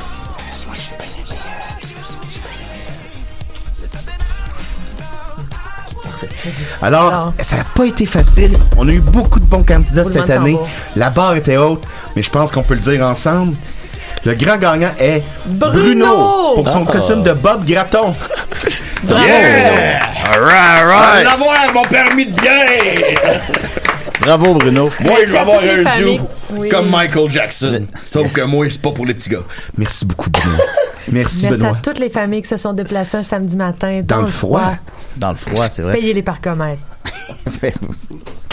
[SPEAKER 10] Alors, ça n'a pas été facile. On a eu beaucoup de bons candidats
[SPEAKER 12] Roulement
[SPEAKER 10] cette
[SPEAKER 12] de
[SPEAKER 10] année.
[SPEAKER 12] tambour.
[SPEAKER 10] La barre était haute, mais je pense qu'on peut le dire ensemble. Le grand gagnant est
[SPEAKER 12] Bruno!
[SPEAKER 10] pour son
[SPEAKER 12] Ah.
[SPEAKER 10] costume de Bob Gratton.
[SPEAKER 8] Bravo,
[SPEAKER 10] Yeah!
[SPEAKER 9] All right, all right.
[SPEAKER 15] avoir mon permis de bière!
[SPEAKER 9] Bravo, Bruno.
[SPEAKER 8] Moi, je vais avoir un zoo
[SPEAKER 12] Oui.
[SPEAKER 8] comme Michael Jackson. Sauf que moi, c'est pas pour les petits gars.
[SPEAKER 10] Merci beaucoup, Bruno.
[SPEAKER 12] Merci à toutes les familles qui se sont déplacées un samedi matin dans, le froid.
[SPEAKER 9] Dans le froid, c'est vrai.
[SPEAKER 12] Payez-les par comète.
[SPEAKER 9] Ben,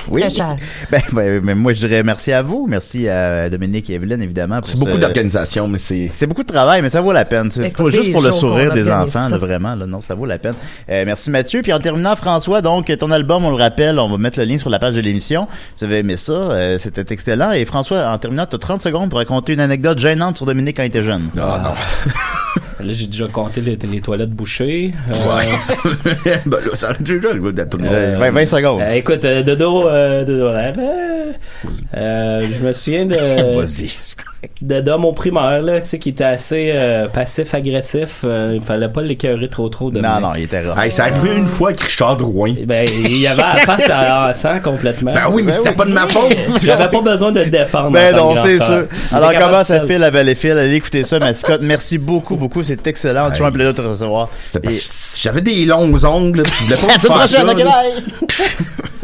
[SPEAKER 9] Oui.
[SPEAKER 12] Très cher.
[SPEAKER 9] Ben, ben, mais moi, je dirais merci à vous. Merci à Dominique et Evelyne, évidemment. C'est
[SPEAKER 10] beaucoup
[SPEAKER 9] d'organisation,
[SPEAKER 10] mais c'est.
[SPEAKER 9] C'est beaucoup de travail, mais ça vaut la peine. C'est
[SPEAKER 10] Écoutez,
[SPEAKER 9] pas juste pour le
[SPEAKER 10] les jours
[SPEAKER 9] sourire
[SPEAKER 10] qu'on
[SPEAKER 9] des
[SPEAKER 10] organise
[SPEAKER 9] enfants,
[SPEAKER 10] ça.
[SPEAKER 9] là, vraiment. Là, non, ça vaut la peine. Euh, merci Mathieu. Puis en terminant, François, donc, ton album, on le rappelle, on va mettre le lien sur la page de l'émission. Vous avez aimé ça. euh, C'était excellent. Et François, en terminant, tu as 30 secondes pour raconter une anecdote gênante sur Dominique quand il était jeune.
[SPEAKER 6] Ah non. Ah. Là, j'ai déjà compté les, les toilettes bouchées.
[SPEAKER 15] Ouais. ben là, ça a déjà le goût d'être tout le monde.
[SPEAKER 6] Euh,
[SPEAKER 9] 20, secondes.
[SPEAKER 6] Euh, écoute, euh, Dodo, euh, Dodo, euh, euh, je me souviens de.
[SPEAKER 9] Vas-y.
[SPEAKER 6] De Dom au primaire, là, tu sais, qui était assez euh, passif-agressif. Euh, il fallait pas l'écœurer trop trop. De non,
[SPEAKER 9] non, il était rare.
[SPEAKER 10] ça a pris une fois avec Richard Drouin.
[SPEAKER 6] Ben, il y avait la face à en sang complètement.
[SPEAKER 10] Ben oui, mais c'était pas de ma faute.
[SPEAKER 6] J'avais pas besoin de le défendre.
[SPEAKER 9] Ben
[SPEAKER 6] en tant
[SPEAKER 9] non,
[SPEAKER 6] que
[SPEAKER 9] c'est
[SPEAKER 6] grand-père.
[SPEAKER 9] sûr. Alors,
[SPEAKER 6] J'étais capable
[SPEAKER 9] comment
[SPEAKER 6] tout
[SPEAKER 9] ça
[SPEAKER 6] seul.
[SPEAKER 9] file à Valleyfield? Allez écouter ça, Mascotte. Merci beaucoup, beaucoup. C'est excellent. Tu un plaisir de te recevoir.
[SPEAKER 10] C'était parce que j'avais des longs ongles. puis Je voulais pas
[SPEAKER 9] À la ben,
[SPEAKER 10] vous faire
[SPEAKER 9] semaine
[SPEAKER 10] ça,
[SPEAKER 9] prochaine,
[SPEAKER 10] là.
[SPEAKER 9] ok, bye!